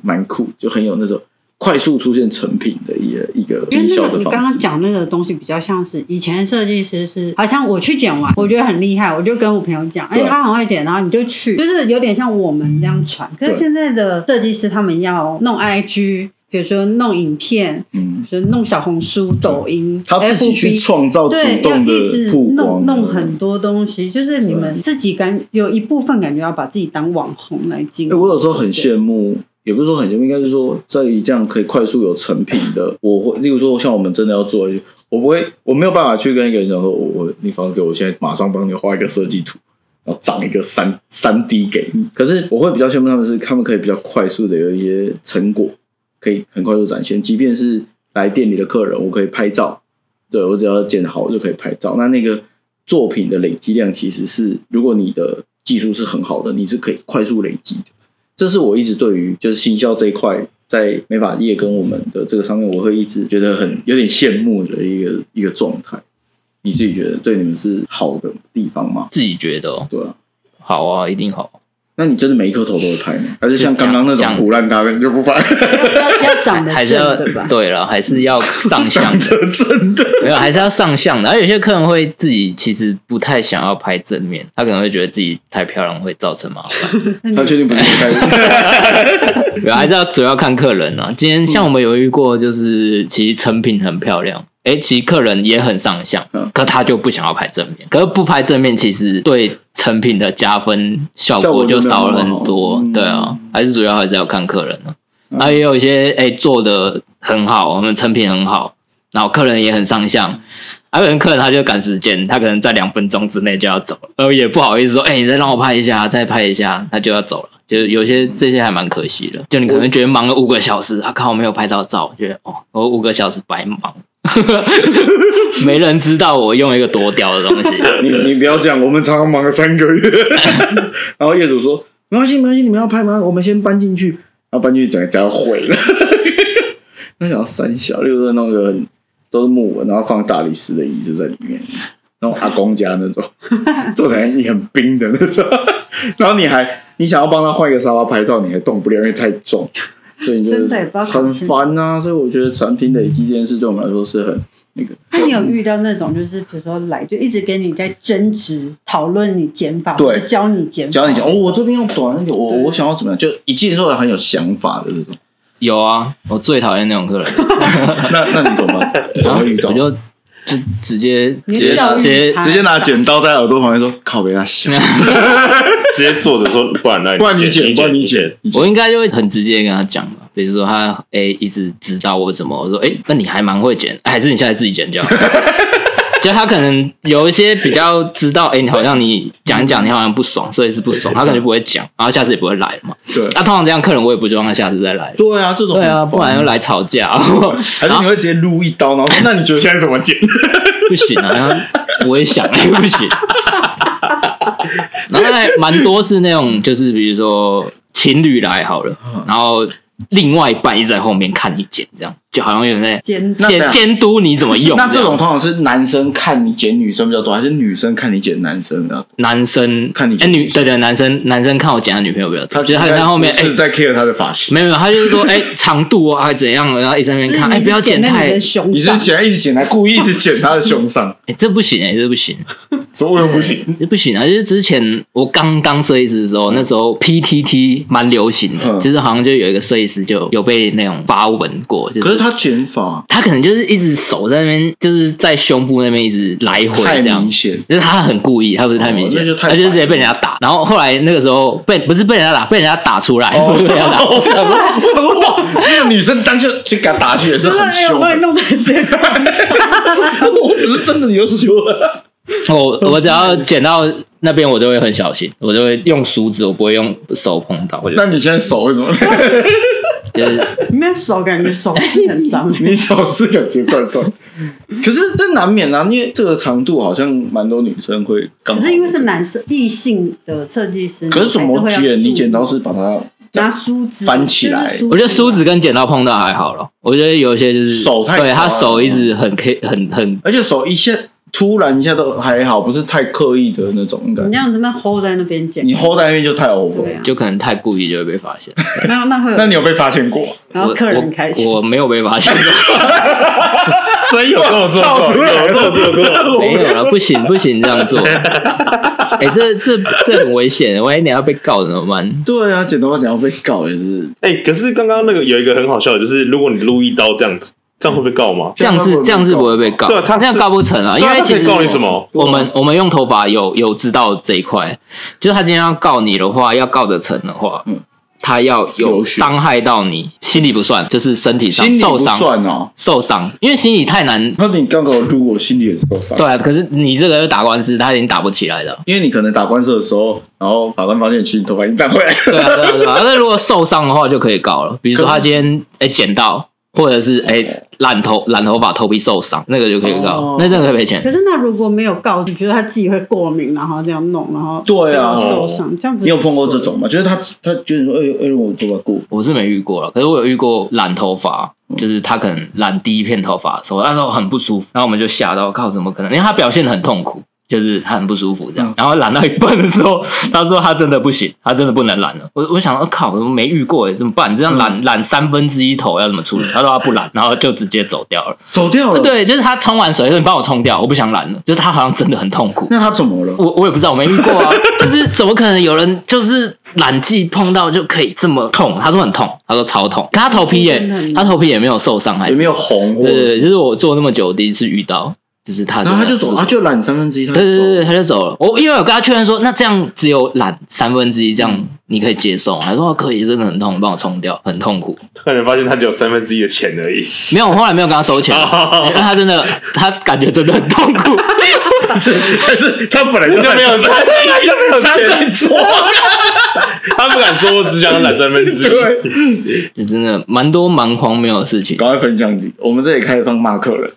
Speaker 5: 蛮酷，就很有那种快速出现成品的一个一个
Speaker 1: 因为
Speaker 5: 经
Speaker 1: 那
Speaker 5: 销
Speaker 1: 个
Speaker 5: 的
Speaker 1: 你刚
Speaker 5: 方
Speaker 1: 刚
Speaker 5: 式。
Speaker 1: 讲那个东西比较像是以前设计师是，好像我去剪完，我觉得很厉害，我就跟我朋友讲，哎、
Speaker 5: 对
Speaker 1: 他很会剪，然后你就去，就是有点像我们这样传。可是
Speaker 5: 对
Speaker 1: 现在的设计师他们要弄 IG，比如说弄影片，
Speaker 5: 嗯，
Speaker 1: 就是弄小红书、抖音，
Speaker 5: 他自己去
Speaker 1: FB
Speaker 5: 创造主
Speaker 1: 对，要
Speaker 5: 动
Speaker 1: 一
Speaker 5: 的
Speaker 1: 直
Speaker 5: 曝光，啊
Speaker 1: 弄弄很多东西，就是你们自己感有一部分感觉要把自己当网红来经
Speaker 5: 欸
Speaker 1: 营。
Speaker 5: 我有时候很羡慕，也不是说很羡慕，应该是说在于这样可以快速有成品的，我会，例如说像我们真的要做，我不会，我没有办法去跟一个人讲说，我我你房子给我，我现在马上帮你画一个设计图。然后长一个三三 D 给你，可是我会比较羡慕他们是，他们可以比较快速的有一些成果，可以很快速展现。即便是来店里的客人，我可以拍照，对我只要剪好我就可以拍照。那那个作品的累积量其实是，如果你的技术是很好的，你是可以快速累积的。这是我一直对于就是行销这一块，在美发业跟我们的这个上面，我会一直觉得很有点羡慕的一个一个状态。你自己觉得对你们是好的地方吗？
Speaker 3: 自己觉得哦
Speaker 5: 对啊，
Speaker 3: 好啊，一定好。
Speaker 5: 那你真的每一颗头都会拍吗？还是像
Speaker 3: 就讲
Speaker 5: 刚刚那种
Speaker 3: 讲
Speaker 5: 胡乱咖啡你就不拍？
Speaker 1: 要要长得
Speaker 3: 还是要
Speaker 1: 正的吧？
Speaker 3: 对了，还是要上相 的，
Speaker 5: 真的
Speaker 3: 没有还是要上相的。而有些客人会自己其实不太想要拍正面，他可能会觉得自己太漂亮会造成麻烦。
Speaker 5: 他确定不是你拍？
Speaker 3: 对，还是要主要看客人啊。今天像我们有遇过，就是其实成品很漂亮。诶，其实客人也很上相，
Speaker 5: 嗯
Speaker 3: 可他就不想要拍正面。可是不拍正面，其实对成品的加分效
Speaker 5: 效
Speaker 3: 果
Speaker 5: 果就
Speaker 3: 就
Speaker 5: 没有
Speaker 3: 少了
Speaker 5: 那么
Speaker 3: 很
Speaker 5: 好
Speaker 3: 多。
Speaker 5: 嗯
Speaker 3: 对啊，还是主要还是要看客人啊。那也有一些诶做的很好，我们成品很好，然后客人也很上相。还啊有人客人他就赶时间，他可能在两分钟之内就要走了，然后也不好意思说，哎、你再让我拍一下，再拍一下，他就要走了。就是有些这些还蛮可惜的，就你可能觉得忙了五个小时，啊靠，没有拍到照，觉得哦，我五个小时白忙， 没人知道我用一个多屌的东西。
Speaker 5: 你你不要这样，我们常常忙了三个 月。然后业主说没关系没关系，你们要拍吗？我们先搬进去，然后搬进去整个家都 毁了。那想要三小，例如说弄个都是木纹，然后放大理石的椅子在里面，那种阿公家那种， 做起来你很冰的那种。然后你还你想要帮他换一个沙发拍照，你还动不了，因为太重，所以你就
Speaker 1: 真的也不知道搞
Speaker 5: 很
Speaker 1: 清楚
Speaker 5: 烦啊。所以我觉得产品累积这件事对我们来说是很那个。
Speaker 1: 那你有遇到那种就是比如说来就一直跟你在争执讨论你减法，
Speaker 5: 对
Speaker 1: 或者教你减法，
Speaker 5: 教你讲哦，我这边要短一点，我
Speaker 1: 对
Speaker 5: 我想要怎么样，就一进出来很有想法的这种。
Speaker 3: 有啊，我最讨厌那种客人，
Speaker 5: 那那你怎 么办？怎么会遇到
Speaker 3: 我？就就直接
Speaker 1: 你
Speaker 3: 直
Speaker 1: 就
Speaker 3: 接
Speaker 1: 教
Speaker 3: 直接
Speaker 1: 育他，
Speaker 5: 直接拿剪刀在耳朵旁边说：“靠，别他想，
Speaker 4: 直接坐着说，不然那你
Speaker 5: 不然你剪，
Speaker 4: 你
Speaker 5: 不然你剪。你剪
Speaker 3: 我应该就会很直接跟他讲吧，比如说他诶、一直指导我什么，我说诶、那你还蛮会剪，还是你现在自己剪掉？ 就他可能有一些比较知道，诶、你好像你讲一讲，你好像不爽，所以是不爽，他可能就不会讲，然后下次也不会来了嘛。
Speaker 5: 对
Speaker 3: 那、通常这样客人我也不就让他下次再来了。
Speaker 5: 对啊，这种
Speaker 3: 对啊，不然又来吵架，然后
Speaker 5: 还是你会直接撸一刀，然后说：那你觉得啊现在怎么 剪？
Speaker 3: 不行啊，然后我也想，哎不行。然后还蛮多是那种，就是比如说情侣来好了，
Speaker 5: 嗯
Speaker 3: 然后另外一半一直在后面看你剪，这样就好像有人在
Speaker 1: 减
Speaker 5: 那等
Speaker 3: 监
Speaker 5: 下
Speaker 3: 监督你怎么用。
Speaker 5: 那这
Speaker 3: 样
Speaker 5: 种通常是男生看你剪女生比较多，还是女生看你剪男生比啊较多？
Speaker 3: 男生
Speaker 5: 看你
Speaker 3: 哎
Speaker 5: 剪
Speaker 3: 女对对男生男生看我剪他女朋友比较多，觉得他在后面哎
Speaker 5: 是在 care 他的发型。
Speaker 3: 没有没有，他就是说哎长度啊还怎样，然后一直在那边看哎不要
Speaker 1: 减
Speaker 3: 剪
Speaker 1: 在
Speaker 3: 太
Speaker 1: 你的胸
Speaker 5: 你 是
Speaker 1: 上，
Speaker 5: 剪一直剪，还故意一直剪他的胸上，
Speaker 3: 哎这不行哎这不 行
Speaker 5: 所以我又不行。
Speaker 3: 这不行啊！就是之前我刚当设计师的时候，那时候 PTT 蛮流行的，
Speaker 5: 嗯
Speaker 3: 就是好像就有一个设计师就有被那种发文过，就
Speaker 5: 可是
Speaker 3: 是
Speaker 5: 他剪法
Speaker 3: 他可能就是一直手在那边，就是在胸部那边一直来回
Speaker 5: 太
Speaker 3: 这样
Speaker 5: 明。显，
Speaker 3: 就是他很故意，他不是太明
Speaker 5: 哦
Speaker 3: 显，
Speaker 5: 那就太
Speaker 3: 他就是直接被人家打。然后后来那个时候被不是被人家打，被人家打出来，
Speaker 5: 哦
Speaker 3: 不是 被人 家打。
Speaker 5: 哇，那个女生当下就给他打去也是
Speaker 1: 就是
Speaker 5: 很
Speaker 1: 哎呀，
Speaker 5: 凶
Speaker 1: 我把
Speaker 5: 的
Speaker 1: 你。弄成这样，
Speaker 5: 我只是真的有修了。
Speaker 3: 我我只要剪到那边，我就会很小心，我就会用梳子，我不会用手碰到。我就
Speaker 5: 那你现在手为 什么？
Speaker 3: 就是
Speaker 1: 你那手感觉手是很 脏。
Speaker 5: 你手是感觉怪怪，可是这难免啊，因为这个长度好像蛮多女生会刚好。
Speaker 1: 可是因为是男生异性的设计师，
Speaker 5: 可是怎么
Speaker 1: 你还是会要
Speaker 5: 剪？
Speaker 1: 注意
Speaker 5: 你剪刀是把它
Speaker 1: 拿梳子
Speaker 5: 翻起来
Speaker 1: 就是
Speaker 3: 我觉得梳子跟剪刀碰到还好了，我觉得有一些就是
Speaker 5: 手太
Speaker 3: 对他
Speaker 5: 夸张了
Speaker 3: 手一直很 K 很很
Speaker 5: 而且手一下突然一下都还好，不是太刻意的那种应该
Speaker 1: 你。那样子那 hold 在那边剪
Speaker 5: 你，hold 在那边就太 over，
Speaker 1: 对
Speaker 5: 了
Speaker 1: 啊，
Speaker 3: 就可能太故意就会被发现。
Speaker 1: 那那会有
Speaker 5: 那，你有被发现过？
Speaker 1: 然后客人开心
Speaker 3: 我，我我没有被发现，
Speaker 8: 所以有跟我做
Speaker 5: 操
Speaker 8: 过，
Speaker 5: 出来
Speaker 8: 有
Speaker 5: 了
Speaker 8: 跟我做过。
Speaker 3: 没有了，不行不行，这样做，哎、这这这很危险，万一你要被告怎么办？
Speaker 5: 对啊，剪头发剪到被告也是，
Speaker 4: 哎、可是刚刚那个有一个很好笑的，就是如果你录一刀这样子，这样会被告吗？
Speaker 3: 这样
Speaker 5: 这
Speaker 3: 是
Speaker 5: 样会不会被告
Speaker 3: 这样是不会被告，
Speaker 4: 对他是
Speaker 3: 这样告不成啊，因为
Speaker 4: 对啊他
Speaker 3: 其
Speaker 4: 可
Speaker 3: 实
Speaker 4: 以告你什么？
Speaker 3: 我们我们用头发有有知道这一块，就是他今天要告你的话，要告得成的话，他要有
Speaker 5: 有血
Speaker 3: 伤害到你，心理不算，就是身体上
Speaker 5: 心里
Speaker 3: 受
Speaker 5: 不
Speaker 3: 伤
Speaker 5: 算哦。
Speaker 3: 受伤，因为心理太难。
Speaker 5: 那你刚给我撸，我心里很受伤。
Speaker 3: 对啊，可是你这个又打官司，他已经打不起来了。
Speaker 5: 因为你可能打官司的时候，然后法官发现其实你头发已经长回来了，
Speaker 3: 对啊，对啊，对啊。那 如果受伤的话就可以告了，比如说他今天哎捡到，或者是哎染头染头发头皮受伤，那个就可以告，
Speaker 5: 哦
Speaker 3: 那这个可以赔钱。
Speaker 1: 可是那如果没有告，你觉得他自己会过敏，然后这样弄，然后
Speaker 5: 对啊
Speaker 1: 就受伤，这样不是
Speaker 5: 你有碰过这种吗？就是他他觉得说，哎呦哎呦，我头发过，
Speaker 3: 我是没遇过了，可是我有遇过染头发，就是他可能染第一片头发的时候，那时候很不舒服，然后我们就吓到，靠，怎么可能？因为他表现得很痛苦。就是他很不舒服这样，然后染到一半的时候， 他说他真的不行，他真的不能染了。我我想，我、靠，我怎么没遇过耶？怎么办？你这样染染三分之一头要怎么处理？他说他不染，然后就直接走掉了。
Speaker 5: 走掉了。，
Speaker 3: 对，就是他冲完水，就是你帮我冲掉，我不想染了。就是他好像真的很痛苦，
Speaker 5: 那他怎么了？
Speaker 3: 我我也不知道，我没遇过啊。 就是怎么可能有人就是染剂碰到就可以这么痛？他说很痛，他说超痛，可他头皮
Speaker 1: 真的
Speaker 3: 也
Speaker 1: 很
Speaker 3: 他头皮也没有受伤，还
Speaker 5: 也
Speaker 3: 是
Speaker 5: 没有红或
Speaker 3: 对对
Speaker 5: 者，
Speaker 3: 对，就是我做那么久第一次遇到，就是他真的，
Speaker 5: 然后他就走，他就染三分之一，他就
Speaker 3: 对对对，对
Speaker 5: 走。
Speaker 3: 他就走了。我因为我跟他确认说，那这样只有染三分之一，这
Speaker 5: 嗯
Speaker 3: 样你可以接受吗？他说、哦可以，真的很痛，帮我冲掉，很痛苦。
Speaker 4: 他可能发现他只有三分之一的钱而已。
Speaker 3: 没有，我后来没有跟他收钱， 因为他真的他感觉真的很痛苦。
Speaker 8: 是，但是他本来就没有，他就没有在做，
Speaker 4: 他不敢说，我只想染三分之一。
Speaker 5: 对，
Speaker 3: 就真的蛮多蛮荒谬的事情。
Speaker 5: 赶快分享你，我们这里开放骂客人，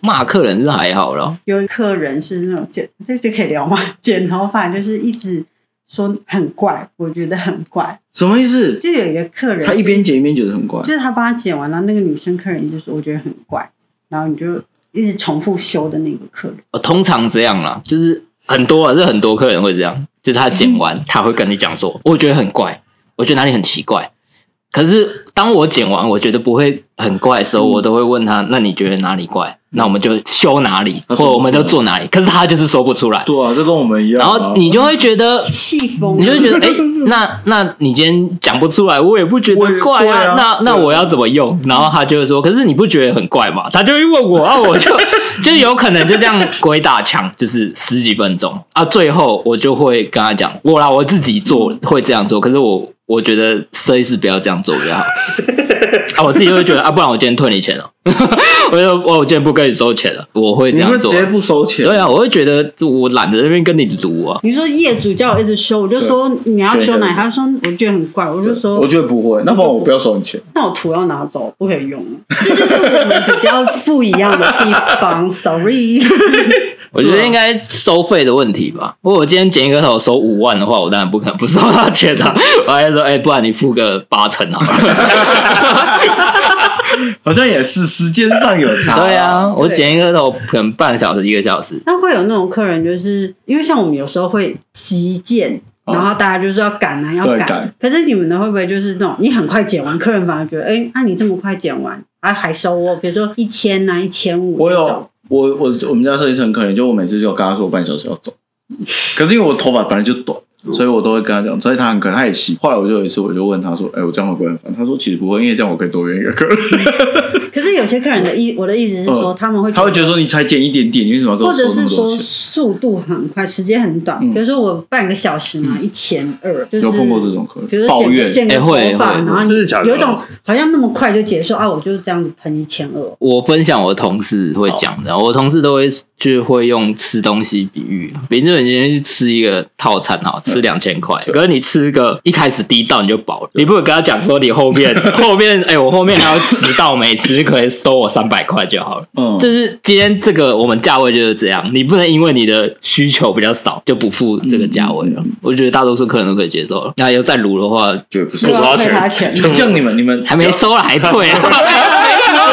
Speaker 3: 骂客人是还好啦，
Speaker 1: 有客人是那种剪，这这可以聊吗？ 剪头发就是一直说很怪，我觉得很怪。
Speaker 5: 什么意思？
Speaker 1: 就有一个客人，
Speaker 5: 他一边剪一边觉得很怪
Speaker 1: 就，是他帮他剪完，然后那个女生客人一直说我觉得很怪，然后你就一直重复修的那个客人，
Speaker 3: 呃通常这样啦，就是很多啊，是很多客人会这样，就是他剪 完他会跟你讲说，我觉得很怪，我觉得哪里很奇怪。可是当我剪完，我觉得不会很怪的时
Speaker 5: 嗯
Speaker 3: 候，我都会问他，那你觉得哪里怪？那我们就修哪里，
Speaker 5: 他
Speaker 3: 或
Speaker 5: 说
Speaker 3: 者
Speaker 5: 不
Speaker 3: 我们
Speaker 5: 出
Speaker 3: 就
Speaker 5: 来
Speaker 3: 做哪里。可是他就是说不出来，
Speaker 5: 对啊，这跟我们一样
Speaker 3: 然
Speaker 5: 啊。
Speaker 3: 后你就会觉得
Speaker 1: 气疯，
Speaker 3: 你就 觉得，哎、那那你今天讲不出来，我也不觉
Speaker 5: 我也
Speaker 3: 得怪
Speaker 5: 对
Speaker 3: 啊。
Speaker 5: 啊
Speaker 3: 那那我要怎么用？然后他就会说，可是你不觉得很怪吗？他就会问我，啊，我 就就有可能就这样鬼打墙，就是十几分钟啊。最后我就会跟他讲，我啦，我自己做
Speaker 5: 嗯
Speaker 3: 会这样做，可是我我觉得设计师不要这样做比较 好。啊，我自己就会觉得啊，不然我今天退你钱了， 我就我我今天不跟你收钱了，我会这
Speaker 5: 你
Speaker 3: 样
Speaker 5: 会直
Speaker 3: 做。
Speaker 5: 接不收钱，
Speaker 3: 对啊，我会觉得我懒得那边跟你撸啊。
Speaker 1: 你说业主叫我一直修，我就说你要修哪
Speaker 5: 对
Speaker 1: 里，他说我觉得很怪，我就说
Speaker 5: 我觉得不会，那不然我不要收你钱。
Speaker 1: 那我图要拿走，不可以用了，这就是我们比较不一样的地方，sorry。
Speaker 3: 我觉得应该收费的问题吧。如果我今天剪一个头收五万的话，我当然不可能不收他钱 啊。我还说，哎、不然你付个八成好 啊了。
Speaker 5: 好像也是时间上有差、
Speaker 3: 对，啊，我剪一个头可能半小时一个小时，
Speaker 1: 那会有那种客人，就是因为像我们有时候会急件，
Speaker 5: 哦
Speaker 1: 然后大家就是要赶啊，要
Speaker 5: 对赶
Speaker 1: 赶。可是你们的会不会就是那种你很快剪完，客人反而觉得，哎、那、你这么快剪完，啊还收我，比如说一千啊呐、一千五，
Speaker 5: 我有我我我们家设计师很可怜，就我每次就跟他说我半小时要走，可是因为我头发本来就短，所以我都会跟他讲，所以他很可能他也习。后来我就有一次我就问他说，哎、我这样会不会很烦？他说其实不会，因为这样我可以多约一个客人，
Speaker 1: 可是有些客人的意，我的意思是说，
Speaker 5: 嗯
Speaker 1: 他们会
Speaker 5: 他会觉得说你才剪一点点，你为什么要跟
Speaker 1: 或
Speaker 5: 我收
Speaker 1: 者
Speaker 5: 那
Speaker 1: 是
Speaker 5: 么
Speaker 1: 说
Speaker 5: 多钱？嗯
Speaker 1: 速度很快，时间很短，比如说我半个小时嘛，一千二，就是
Speaker 5: 有碰过这种客
Speaker 1: 比
Speaker 5: 人
Speaker 1: 如
Speaker 5: 抱
Speaker 1: 说
Speaker 5: 怨
Speaker 1: 剪，剪个
Speaker 3: 哎
Speaker 1: 头
Speaker 3: 会
Speaker 1: 发，
Speaker 3: 会
Speaker 1: 然后
Speaker 4: 真的假的
Speaker 1: 有一种好像那么快就结束啊，我就是这样子喷一千二，
Speaker 3: 我分享我同事会讲的，我同事都会就会用吃东西比喻，比如说你今天去吃一个套餐哈，吃两千块，可是你吃个一开始第一道你就饱了，你不能跟他讲说你后面后面哎、我后面还有十道没吃，你可能收我三百块就好了。
Speaker 5: 嗯，
Speaker 3: 就是今天这个我们价位就是这样，你不能因为你的需求比较少就不付这个价位了。我觉得大多数客人都可以接受了。那有再卤的话，
Speaker 5: 觉得不是
Speaker 4: 不。收
Speaker 1: 要
Speaker 4: 他
Speaker 1: 退
Speaker 4: 钱
Speaker 1: 啊他钱。
Speaker 5: 这样你们你们
Speaker 3: 还没收了还退啊，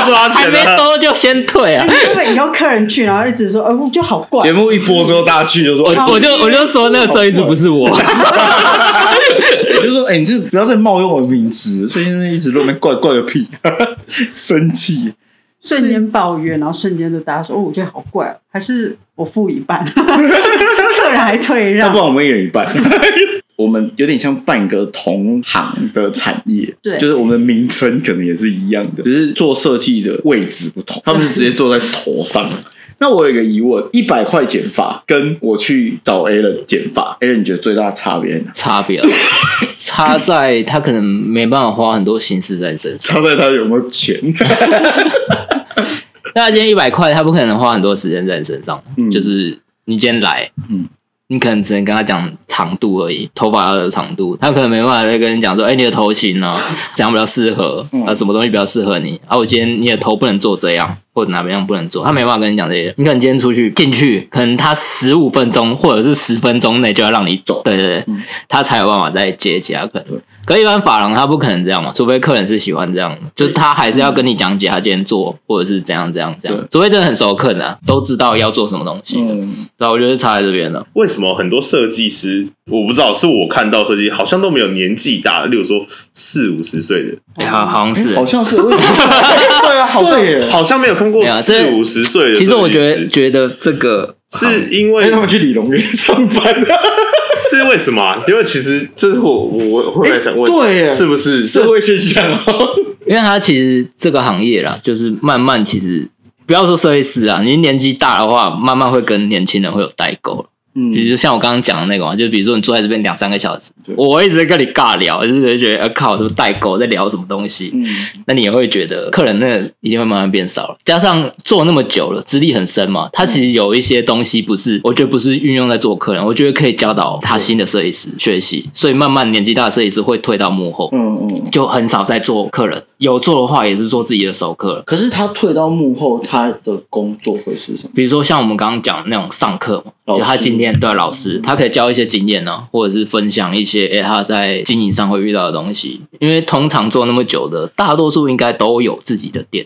Speaker 4: 抓
Speaker 3: 还
Speaker 4: 钱
Speaker 3: 没
Speaker 4: 了。
Speaker 3: 收就先退啊
Speaker 1: 哎，！会不会以后客人去，然后一直说，呃，就好怪
Speaker 5: 节，目一播之后，大家去就说，
Speaker 3: 我
Speaker 5: 哎
Speaker 3: 我就我就说那个设计师不是我，
Speaker 5: 我就说，哎、你这不要再冒用我的名字，最近一直都没怪怪个屁， 生气。
Speaker 1: 瞬间抱怨，然后瞬间就大家说，哦，我觉得好怪哦，还是我付一半，客人还退
Speaker 5: 要
Speaker 1: 让
Speaker 5: 不，然我们演一半。 我们有点像半个同行的产业，
Speaker 1: 对
Speaker 5: 就是我们的名称可能也是一样的，只是做设计的位置不同，他们是直接坐在头上。 那我有一个疑问：一百块剪发跟我去找 A 人剪发，A 人你觉得最大的差别在哪？
Speaker 3: 差别 了差在他可能没办法花很多心思在身上。
Speaker 5: 差在他有没有钱？
Speaker 3: 那他今天一百块，他不可能花很多时间在你身上，
Speaker 5: 嗯
Speaker 3: 就是你今天来，
Speaker 5: 嗯
Speaker 3: 你可能只能跟他讲长度而已，头发的长度，他可能没办法再跟你讲说，哎、你的头型 呢、怎样比较适合，
Speaker 5: 嗯
Speaker 3: 啊，什么东西比较适合你，啊，我今天你的头不能做这样，或者哪边样不能做，他没办法跟你讲这些。你可能今天出去进去，可能他十五分钟或者是十分钟内就要让你走，对对对，他才有办法再接其他客人。可一般发廊他不可能这样嘛，除非客人是喜欢这样的，就是他还是要跟你讲解他今天做或者是怎样怎样怎样，除非真的很熟客人啊，都知道要做什么东西。
Speaker 5: 嗯，
Speaker 3: 对啊，我觉得是差在这边了。
Speaker 4: 为什么很多设计师，我不知道，是我看到设计好像都没有年纪大的，例如说四五十岁的，
Speaker 3: 哎、好好像是、
Speaker 5: 好像是，为 什么对啊，好像也。
Speaker 4: 好像没有看过
Speaker 3: 没有啊这
Speaker 4: 四五十岁的设计师。
Speaker 3: 其实我觉得觉得这个
Speaker 4: 是因为
Speaker 5: 哎，他们去李龙院上班的，
Speaker 4: 是为什么啊、因为其实这是我我我后来想问，
Speaker 5: 哎对耶
Speaker 4: 是不是这
Speaker 5: 社会现象哦。
Speaker 3: 因为他其实这个行业啦，就是慢慢其实不要说设计师啊，你年纪大的话，慢慢会跟年轻人会有代沟了。
Speaker 5: 嗯
Speaker 3: 比如像我刚刚讲的那个嘛，就比如说你坐在这边两三个小时
Speaker 5: 对，
Speaker 3: 我一直在跟你尬聊，就是会觉得呃靠，什么代沟在聊什么东西，
Speaker 5: 嗯
Speaker 3: 那你也会觉得客人那一定会慢慢变少了。加上做那么久了，资历很深嘛，他
Speaker 5: 嗯
Speaker 3: 其实有一些东西不是，我觉得不是运用在做客人，我觉得可以教导他新的设计师学习，所以慢慢年纪大的设计师会退到幕后。
Speaker 5: 嗯嗯。
Speaker 3: 就很少在做客人，有做的话也是做自己的熟客了。
Speaker 5: 可是他退到幕后，他的工作会是什么？
Speaker 3: 比如说像我们刚刚讲的那种上课嘛，
Speaker 5: 老
Speaker 3: 就
Speaker 5: 师嗯
Speaker 3: 他今天对啊老师，他可以教一些经验呢、啊，或者是分享一些诶、他在经营上会遇到的东西。因为通常做那么久的，大多数应该都有自己的店，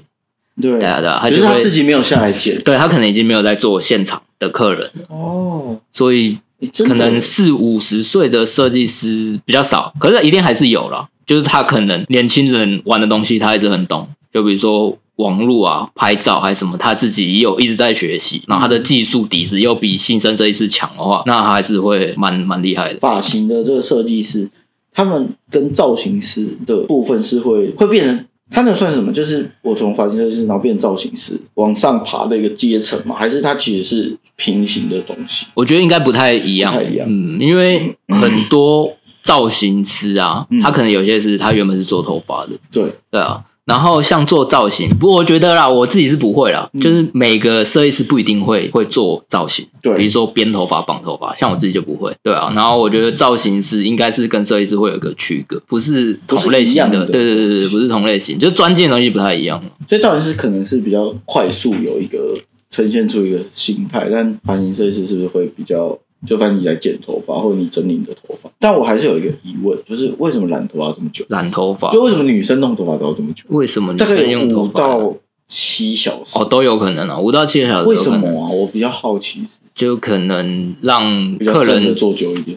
Speaker 5: 对
Speaker 3: 对啊对啊，他
Speaker 5: 只
Speaker 3: 就是
Speaker 5: 他
Speaker 3: 会
Speaker 5: 自己没有下来剪。
Speaker 3: 对他可能已经没有在做现场的客人了，
Speaker 5: 哦，
Speaker 3: 所以
Speaker 5: 你真
Speaker 3: 可
Speaker 5: 的
Speaker 3: 能四五十岁的设计师比较少，可是一定还是有了。就是他可能年轻人玩的东西，他还是很懂，就比如说网络啊、拍照还是什么，他自己也有一直在学习，然后他的技术底子又比新生设计师强的
Speaker 5: 嗯
Speaker 3: 话，那他还是会蛮蛮厉害的。
Speaker 5: 发型的这个设计师，他们跟造型师的部分是会会变成。他那算什么？就是我从发型设计师，然后变成造型师，往上爬的一个阶层嘛？还是它其实是平行的东西？
Speaker 3: 我觉得应该不太一样，
Speaker 5: 不太一样
Speaker 3: 嗯，因为很多造型师啊，
Speaker 5: 嗯
Speaker 3: 他可能有些是他原本是做头发的，
Speaker 5: 对，
Speaker 3: 对啊。然后像做造型，不过我觉得啦，我自己是不会啦，
Speaker 5: 嗯
Speaker 3: 就是每个设计师不一定会会做造型，
Speaker 5: 对
Speaker 3: 比如说编头发、绑头发，像我自己就不会，对啊。然后我觉得造型师应该是跟设计师会有一个区隔，不是同类型
Speaker 5: 不是一样的
Speaker 3: 对对对对，不是同类型，就是专精的东西不太一样。
Speaker 5: 所以造型师可能是比较快速有一个呈现出一个形态，但发型设计师是不是会比较？就反正你来剪头发，或者你整理你的头发，但我还是有一个疑问，就是为什么染头发要这么久？
Speaker 3: 染头发
Speaker 5: 就为什么女生弄头发都要这么久？
Speaker 3: 为什么女
Speaker 5: 大概
Speaker 3: 生
Speaker 5: 有
Speaker 3: 用头
Speaker 5: 五
Speaker 3: 发呢？
Speaker 5: 到七小时。
Speaker 3: 哦，都有可能啊，五到七个小时
Speaker 5: 为
Speaker 3: 有
Speaker 5: 什
Speaker 3: 可
Speaker 5: 么
Speaker 3: 能，
Speaker 5: 啊？我比较好奇，
Speaker 3: 就可能让
Speaker 5: 比较
Speaker 3: 客
Speaker 5: 真的
Speaker 3: 人
Speaker 5: 做久一点，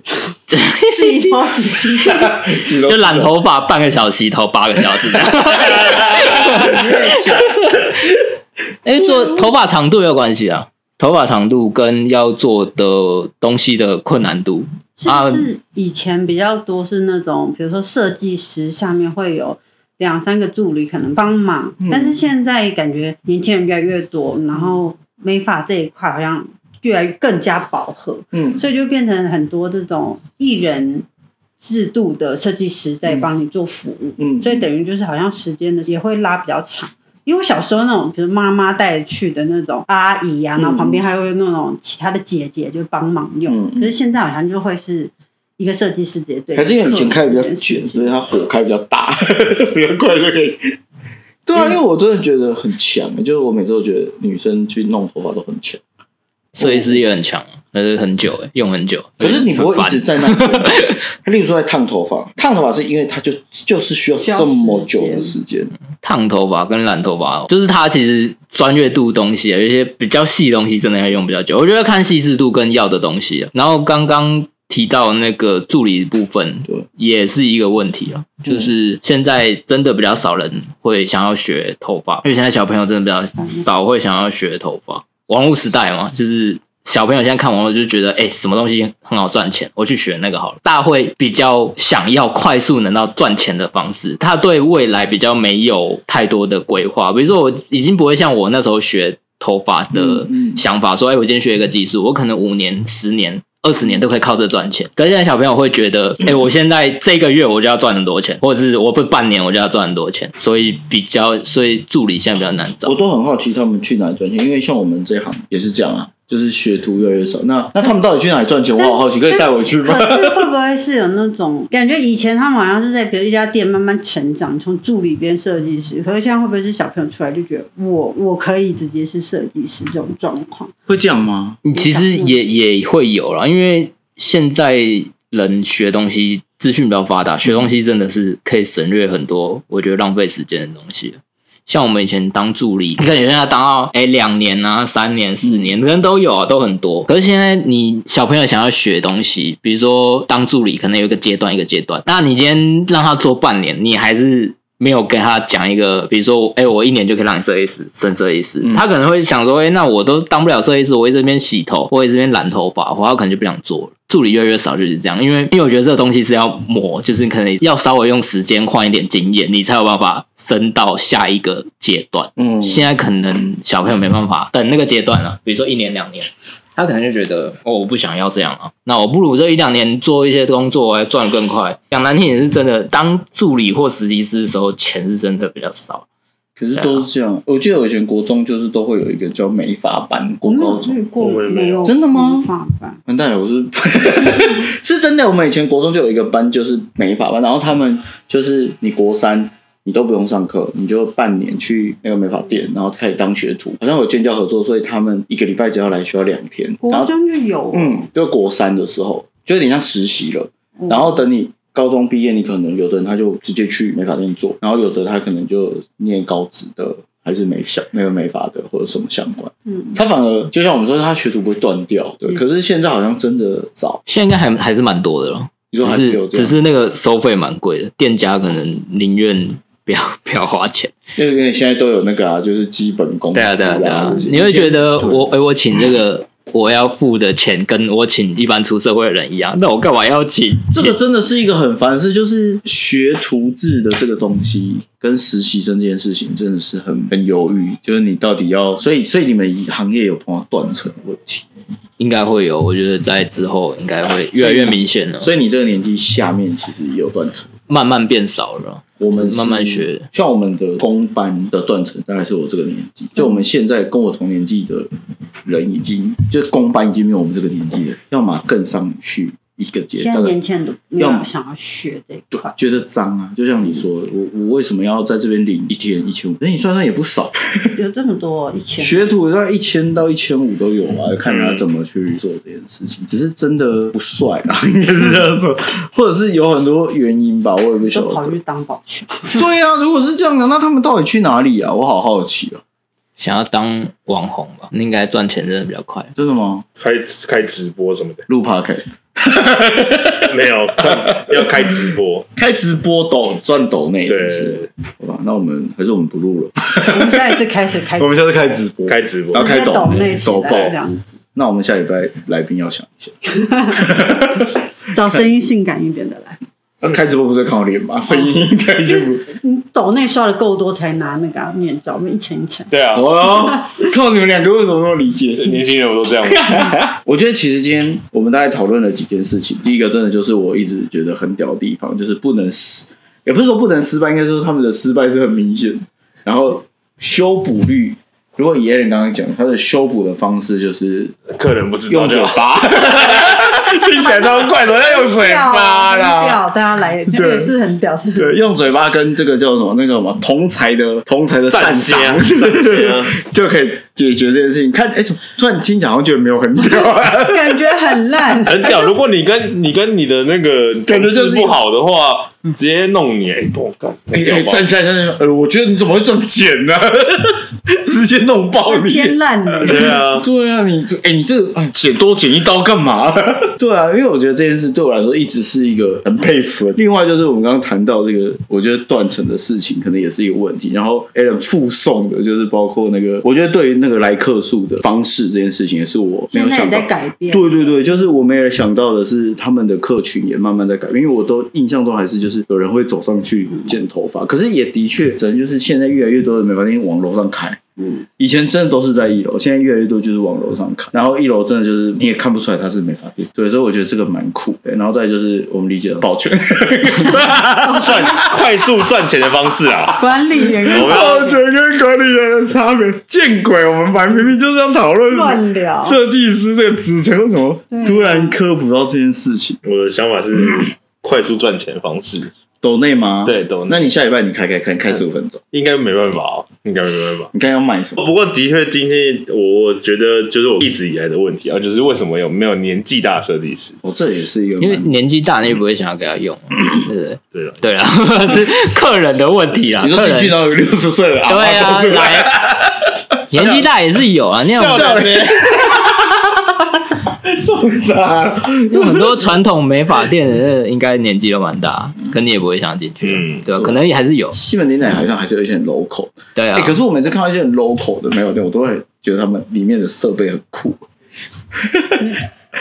Speaker 1: 洗头洗机，
Speaker 3: 就
Speaker 5: 就
Speaker 3: 染头发半个小时，洗头八个小时这样。 哎，做头发长度有关系啊，头发长度跟要做的东西的困难度，
Speaker 1: 是不是以前比较多是那种，比如说设计师下面会有两三个助理可能帮忙，但是现在感觉年轻人越来越多，然后美发这一块好像越来越更加饱和，
Speaker 5: 嗯，
Speaker 1: 所以就变成很多这种一人制度的设计师在帮你做服务，
Speaker 5: 嗯
Speaker 1: 所以等于就是好像时间的也会拉比较长。因为我小时候那种，比如妈妈带去的那种阿姨呀、然后旁边还会有那种其他的姐姐就帮忙用
Speaker 5: 嗯，嗯
Speaker 1: 可是现在好像就会是一个设计师直接对客
Speaker 5: 还
Speaker 1: 人
Speaker 5: 是
Speaker 1: 这
Speaker 5: 因
Speaker 1: 件
Speaker 5: 为以
Speaker 1: 事情，
Speaker 5: 前开的比较卷，啊所以它火开比较大，比较快就可以。对啊，因为我真的觉得很强，就是我每次都觉得女生去弄头发都很强，
Speaker 3: 设计师也很强啊，那是很久哎，用很久。
Speaker 5: 可是你不会
Speaker 3: 很
Speaker 5: 一
Speaker 3: 烦
Speaker 5: 直在那 边，例如说在烫头发，烫头发是因为它就就是需要
Speaker 1: 需要
Speaker 5: 这么久的
Speaker 1: 时
Speaker 5: 时间，
Speaker 3: 烫头发跟染头发，哦就是它其实专业度东西啊，有一些比较细的东西真的要用比较久。我觉得看细致度跟要的东西啊。然后刚刚提到那个助理部分，
Speaker 5: 对，
Speaker 3: 也是一个问题啊，就是现在真的比较少人会想要学头发，因为现在小朋友真的比较少会想要学头发。网络时代嘛，就是小朋友现在看网络就觉得，哎、什么东西很好赚钱，我去学那个好了。大家会比较想要快速能到赚钱的方式，他对未来比较没有太多的规划。比如说，我已经不会像我那时候学头发的想法，说，哎、我今天学一个技术，我可能五年、十年。二十年都可以靠这赚钱，但现在小朋友会觉得，哎、我现在这个月我就要赚很多钱，或者是我不半年我就要赚很多钱，所以比较，所以助理现在比较难找
Speaker 5: 我。都很好奇他们去哪里赚钱，因为像我们这行也是这样啊，就是学徒越来越少。那那他们到底去哪里赚钱？我好好奇，可以带我去吗
Speaker 1: 可？是会不会是有那种感觉？以前他们好像是在比如一家店慢慢成长，从助理变设计师，可是现在会不会是小朋友出来就觉得我我可以直接是设计师这种状况？
Speaker 9: 会这样吗？
Speaker 3: 嗯其实也也会有啦，因为现在人学东西资讯比较发达，学东西真的是可以省略很多我觉得浪费时间的东西。像我们以前当助理，你看有些人要当到哎两、年啊、三年、四年，可能都有啊，都很多。可是现在你小朋友想要学东西，比如说当助理，可能有一个阶段一个阶段。那你今天让他做半年，你还是没有跟他讲一个，比如说，哎、我一年就可以让你设计师升设计师，他可能会想说，哎、那我都当不了设计师，我一直这边洗头，我一直这边染头发，我可能就不想做了。助理越来越少就是这样，因为因为我觉得这个东西是要磨，就是可能要稍微用时间换一点经验，你才有办法升到下一个阶段。
Speaker 5: 嗯
Speaker 3: 现在可能小朋友没办法等那个阶段了、比如说一年两年，他可能就觉得哦，我不想要这样啊，那我不如这一两年做一些工作，哎，赚得更快。讲难听也是真的，当助理或实习师的时候，钱是真的比较少。
Speaker 5: 可是都是这样。我记得我以前国中就是都会有一个叫美发班，
Speaker 1: 我
Speaker 5: 国
Speaker 1: 没
Speaker 5: 高
Speaker 1: 有
Speaker 5: 中。
Speaker 1: 遇过，
Speaker 4: 我也没有
Speaker 1: 有
Speaker 5: 真的吗
Speaker 1: 法吧？
Speaker 5: 完蛋了，我是是真的。我们以前国中就有一个班，就是美发班，然后他们就是你国三你都不用上课，你就半年去那个美发店，然后开始当学徒。好像有建教合作，所以他们一个礼拜只要来学校两天，然
Speaker 1: 国
Speaker 5: 后
Speaker 1: 中就有，
Speaker 5: 嗯，就国三的时候就有点像实习了。然后等你高中毕业，你可能有的人他就直接去美发店做，然后有的他可能就念高职的，还是美校那个美发的或者什么相关。
Speaker 1: 嗯，
Speaker 5: 他反而就像我们说，他学徒不会断掉，对。
Speaker 1: 嗯
Speaker 5: 可是现在好像真的少，
Speaker 3: 现在应该还还是蛮多的了，
Speaker 5: 你
Speaker 3: 只
Speaker 5: 说还
Speaker 3: 是
Speaker 5: 有
Speaker 3: 只
Speaker 5: 这样，
Speaker 3: 是那个收费蛮贵的，店家可能宁愿不要不要花 钱。
Speaker 5: 因为因为现在都有那个啊，就是基本功夫。
Speaker 3: 对啊，对啊，对啊
Speaker 5: 这，些
Speaker 3: 你会觉得我哎、我请这个我要付的钱，跟我请一般出社会的人一样，那我干嘛要请？
Speaker 5: 这个真的是一个很烦的事，就是学徒制的这个东西跟实习生这件事情真的是很很犹豫，就是你到底要，所以所以你们行业有碰到断层的问题，
Speaker 3: 应该会有，我觉得在之后应该会越来越明显了，
Speaker 5: 所以你这个年纪下面其实也有断层。
Speaker 3: 慢慢变少了。
Speaker 5: 我们是
Speaker 3: 慢慢学，
Speaker 5: 像我们的工班的断层大概是我这个年纪，就我们现在跟我同年纪的人已经，就是工班已经没有我们这个年纪了，要么更上去一个阶
Speaker 1: 现
Speaker 5: 段
Speaker 1: 在
Speaker 5: 了，
Speaker 1: 年轻人都没
Speaker 5: 要
Speaker 1: 有
Speaker 5: 么
Speaker 1: 想要学这一块。
Speaker 5: 觉得脏啊，就像你说，我我为什么要在这边领一天一千五？那你算算也不少，
Speaker 1: 有这么多以前
Speaker 5: 学徒大概一千到一千五都有啊，看他怎么去做这件事情。只是真的不帅啊， 应该是这样说，或者是有很多原因吧，我也不晓
Speaker 1: 都跑
Speaker 5: 得
Speaker 1: 去。当保全，
Speaker 5: 对啊，如果是这样的，那他们到底去哪里啊？我好好奇啊，
Speaker 3: 想要当网红吧，应该赚钱真的比较快。
Speaker 5: 真的吗？
Speaker 4: 开开直播什么的，
Speaker 5: 录 podcast
Speaker 4: 没有看要开直 播，
Speaker 5: 开直播抖赚抖内是不是
Speaker 4: 对？，
Speaker 5: 好吧，那我们还是我们不录了，
Speaker 1: 我们现在是开始 开，
Speaker 9: 我们下次开直播，
Speaker 4: 开直播
Speaker 5: 然后开抖
Speaker 1: 抖内
Speaker 5: 内
Speaker 1: 起
Speaker 5: 抖
Speaker 1: 来
Speaker 5: 爆。
Speaker 1: 这样子，
Speaker 5: 那我们下礼拜来宾要想一下，
Speaker 1: 找声音性感一点的来。
Speaker 5: 那啊开直播不是看我脸吗？声音应该就 不。
Speaker 1: 你嗯抖内刷的够多，才拿那个啊面罩，我们一层一层。
Speaker 4: 对啊，
Speaker 5: 哦，靠！你们两个为什么那么理解？
Speaker 4: 年轻人不都这样吗？
Speaker 5: 我觉得其实今天我们大概讨论了几件事情。第一个真的就是我一直觉得很屌的地方，就是不能失，也不是说不能失败，应该说他们的失败是很明显。然后修补率，如果以 a l 刚刚讲，他的修补的方式就是
Speaker 4: 客人不知道
Speaker 5: 用
Speaker 4: 就
Speaker 5: 嘴巴，
Speaker 8: 听起来超怪的，要用嘴 巴
Speaker 1: 很
Speaker 8: 啦。
Speaker 1: 屌，大家来那个也是很屌，是很
Speaker 5: 对，用嘴巴跟这个叫什么那个什么同才的同才的
Speaker 4: 战
Speaker 5: 战
Speaker 4: 香
Speaker 5: 香，
Speaker 4: 战
Speaker 5: 就可以解决这件事情。看，哎、怎么突然听起来好像觉得没有很屌、啊，
Speaker 1: 感觉很 烂。
Speaker 4: 很屌。哎如果你跟你跟你的那个
Speaker 5: 感觉
Speaker 4: 同
Speaker 5: 就
Speaker 4: 事
Speaker 5: 是
Speaker 4: 不好的话，直接弄你，哎，我干，很屌吧
Speaker 5: 站起来，站起来，呃，我觉得你怎么会赚钱呢、 直接弄爆你。
Speaker 1: 偏烂的，
Speaker 4: 对 啊，
Speaker 5: 对啊，你这哎、你这哎剪多剪一刀干嘛？ 对啊，因为我觉得这件事对我来说一直是一个很佩服的。另外就是我们刚刚谈到这个，我觉得断层的事情可能也是一个问题。然后 Alan 附送的就是包括那个，我觉得对于那个来客诉的方式这件事情，也是我没有
Speaker 1: 现在
Speaker 5: 想
Speaker 1: 也
Speaker 5: 到
Speaker 1: 在。改变。
Speaker 5: 对对对，就是我没有想到的是，他们的客群也慢慢在改变，因为我都印象中还是就是有人会走上去剪头发，可是也的确，真的就是现在越来越多的美发店往楼上开。嗯，以前真的都是在一楼，现在越来越多就是往楼上开，然后一楼真的就是你也看不出来它是美发店，对，所以我觉得这个蛮酷的。然后再就是我们理解的保全，
Speaker 4: 赚快速赚钱的方式啊，
Speaker 1: 管理员
Speaker 4: 我们要
Speaker 5: 全跟管理员的差别，见鬼！我们本来明明就是要讨论
Speaker 1: 乱聊，
Speaker 5: 设计师这个职称，为什么
Speaker 1: 对啊
Speaker 5: 突然科普到这件事情？
Speaker 4: 我的想法是快速赚钱的方式，
Speaker 5: 抖内吗？
Speaker 4: 对抖内
Speaker 5: 那你下礼拜你开开看，开十五分钟，
Speaker 4: 应该没办法哦，应该没办法。
Speaker 5: 你看要买什么？
Speaker 4: 不过的确，今天我我觉得就是我一直以来的问题啊，就是为什么有没有年纪大的设计师？
Speaker 5: 哦，这也是一个
Speaker 3: 因为
Speaker 5: 蛮。
Speaker 3: 年纪大，你也不会想要给他用， 对不对？
Speaker 4: 对了，
Speaker 3: 对啊， 是客人的问题啦。
Speaker 5: 你说
Speaker 3: 啊客
Speaker 5: 进
Speaker 3: 人
Speaker 5: 去到有六十岁了，
Speaker 3: 对
Speaker 5: 啊
Speaker 3: 啊，
Speaker 5: 走出来
Speaker 3: 来， 年纪大也是有啊，你有
Speaker 5: 笑 脸，中啥？
Speaker 3: 有很多传统美发店的，那应该年纪都蛮大，
Speaker 5: 嗯
Speaker 3: 可你也不会想进去，
Speaker 4: 嗯
Speaker 3: 对吧？可能也还是有，
Speaker 5: 西门町奶好像还是有一些很 local，
Speaker 3: 对啊
Speaker 5: 哎，。可是我每次看到一些很 local 的美有店，我都会觉得他们里面的设备很酷，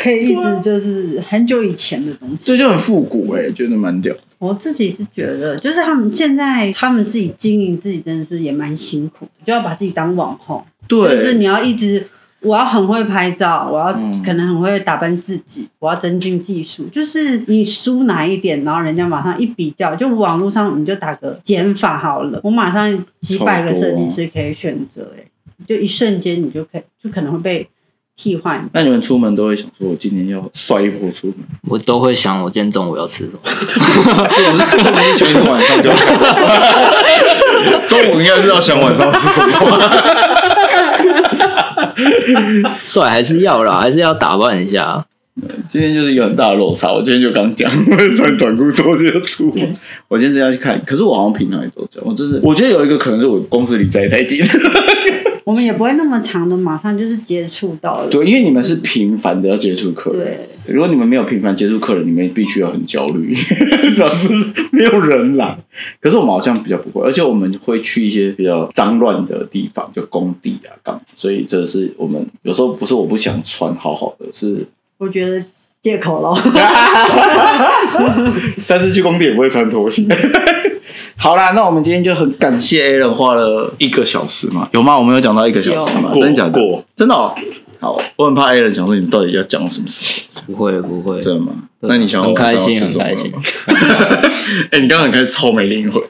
Speaker 1: 可以一直就是很久以前的东西。
Speaker 5: 所以就很复古哎，觉得蛮屌。
Speaker 1: 我自己是觉得，就是他们现在他们自己经营自己，真的是也蛮辛苦的，就要把自己当网红，就是
Speaker 5: 对，
Speaker 1: 你要一直，我要很会拍照，我要
Speaker 5: 嗯
Speaker 1: 可能很会打扮自己，我要增进技术，就是你输哪一点，然后人家马上一比较，就网络上你就打个减法好了，我马上几百个设计师可以选择，哎，就一瞬间你就可以，就可能会被替换。
Speaker 5: 那你们出门都会想说，我今天要摔一 波出门，
Speaker 3: 我都会想，我今天中午要吃什么？
Speaker 5: 这种是这种是全晚上就 要想中午应该是要想晚上吃什么。
Speaker 3: 帅还是要 啦，还是要打扮一下。
Speaker 5: 今天就是一个很大的落差。我今天就刚讲，我穿短裤拖鞋就出门。 我今天是要去看，可是我好像平常也都这样。我就是，我觉得有一个可能是我公司离家也太近。
Speaker 1: 我们也不会那么长的，马上就是接触到了。
Speaker 5: 对，因为你们是频繁的要接触客人，
Speaker 1: 对，
Speaker 5: 如果你们没有频繁接触客人，你们必须要很焦虑， 主要是没有人来。可是我们好像比较不会，而且我们会去一些比较脏乱的地方，就工地啊干嘛。所以这是我们有时候不是我不想穿好好的，是
Speaker 1: 我觉得借口喽。
Speaker 5: 但是去工地也不会穿拖鞋。 好啦，那我们今天就很感谢 A 人花了一个小时嘛，有吗？我们有讲到一个小时吗？
Speaker 4: 有
Speaker 5: 真的假的？
Speaker 4: 过
Speaker 5: 真的哦。好，我很怕 A 人想说你们到底要讲什么 事，
Speaker 3: 不会不会，
Speaker 5: 真的吗？那你想要
Speaker 3: 很开
Speaker 5: 晚
Speaker 3: 心很
Speaker 5: 上要吃什么
Speaker 3: 开
Speaker 5: 了
Speaker 3: 心
Speaker 5: 吗？ 哎、你刚刚很开始超没灵魂，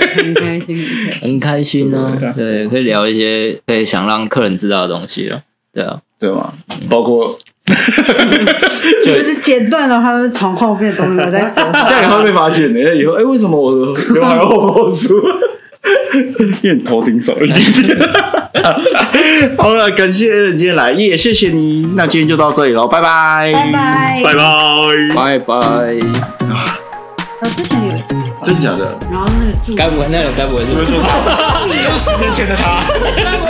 Speaker 1: 很开心，很开心。
Speaker 3: 很开心
Speaker 5: 对
Speaker 3: 啊。
Speaker 5: 啊
Speaker 3: 对，可以聊一些可以想让客人知道的东西了。对啊，
Speaker 5: 对吗？包 括
Speaker 1: 就是剪断了他们从后面东西我在走。
Speaker 5: 这样你会被发现的，以后哎、为什么 我的刘海后后梳？ 因为你头顶少一点点。 好了，感谢 A 人今天来，耶，谢谢你。那今天就到这里喽，拜 拜，
Speaker 1: 拜。拜。
Speaker 4: 拜拜。
Speaker 3: 拜拜。
Speaker 1: 呃，之前有，
Speaker 5: 真假的？
Speaker 1: 然后那个助理
Speaker 3: 该不会那个该不会是？
Speaker 5: 就是十年前的他。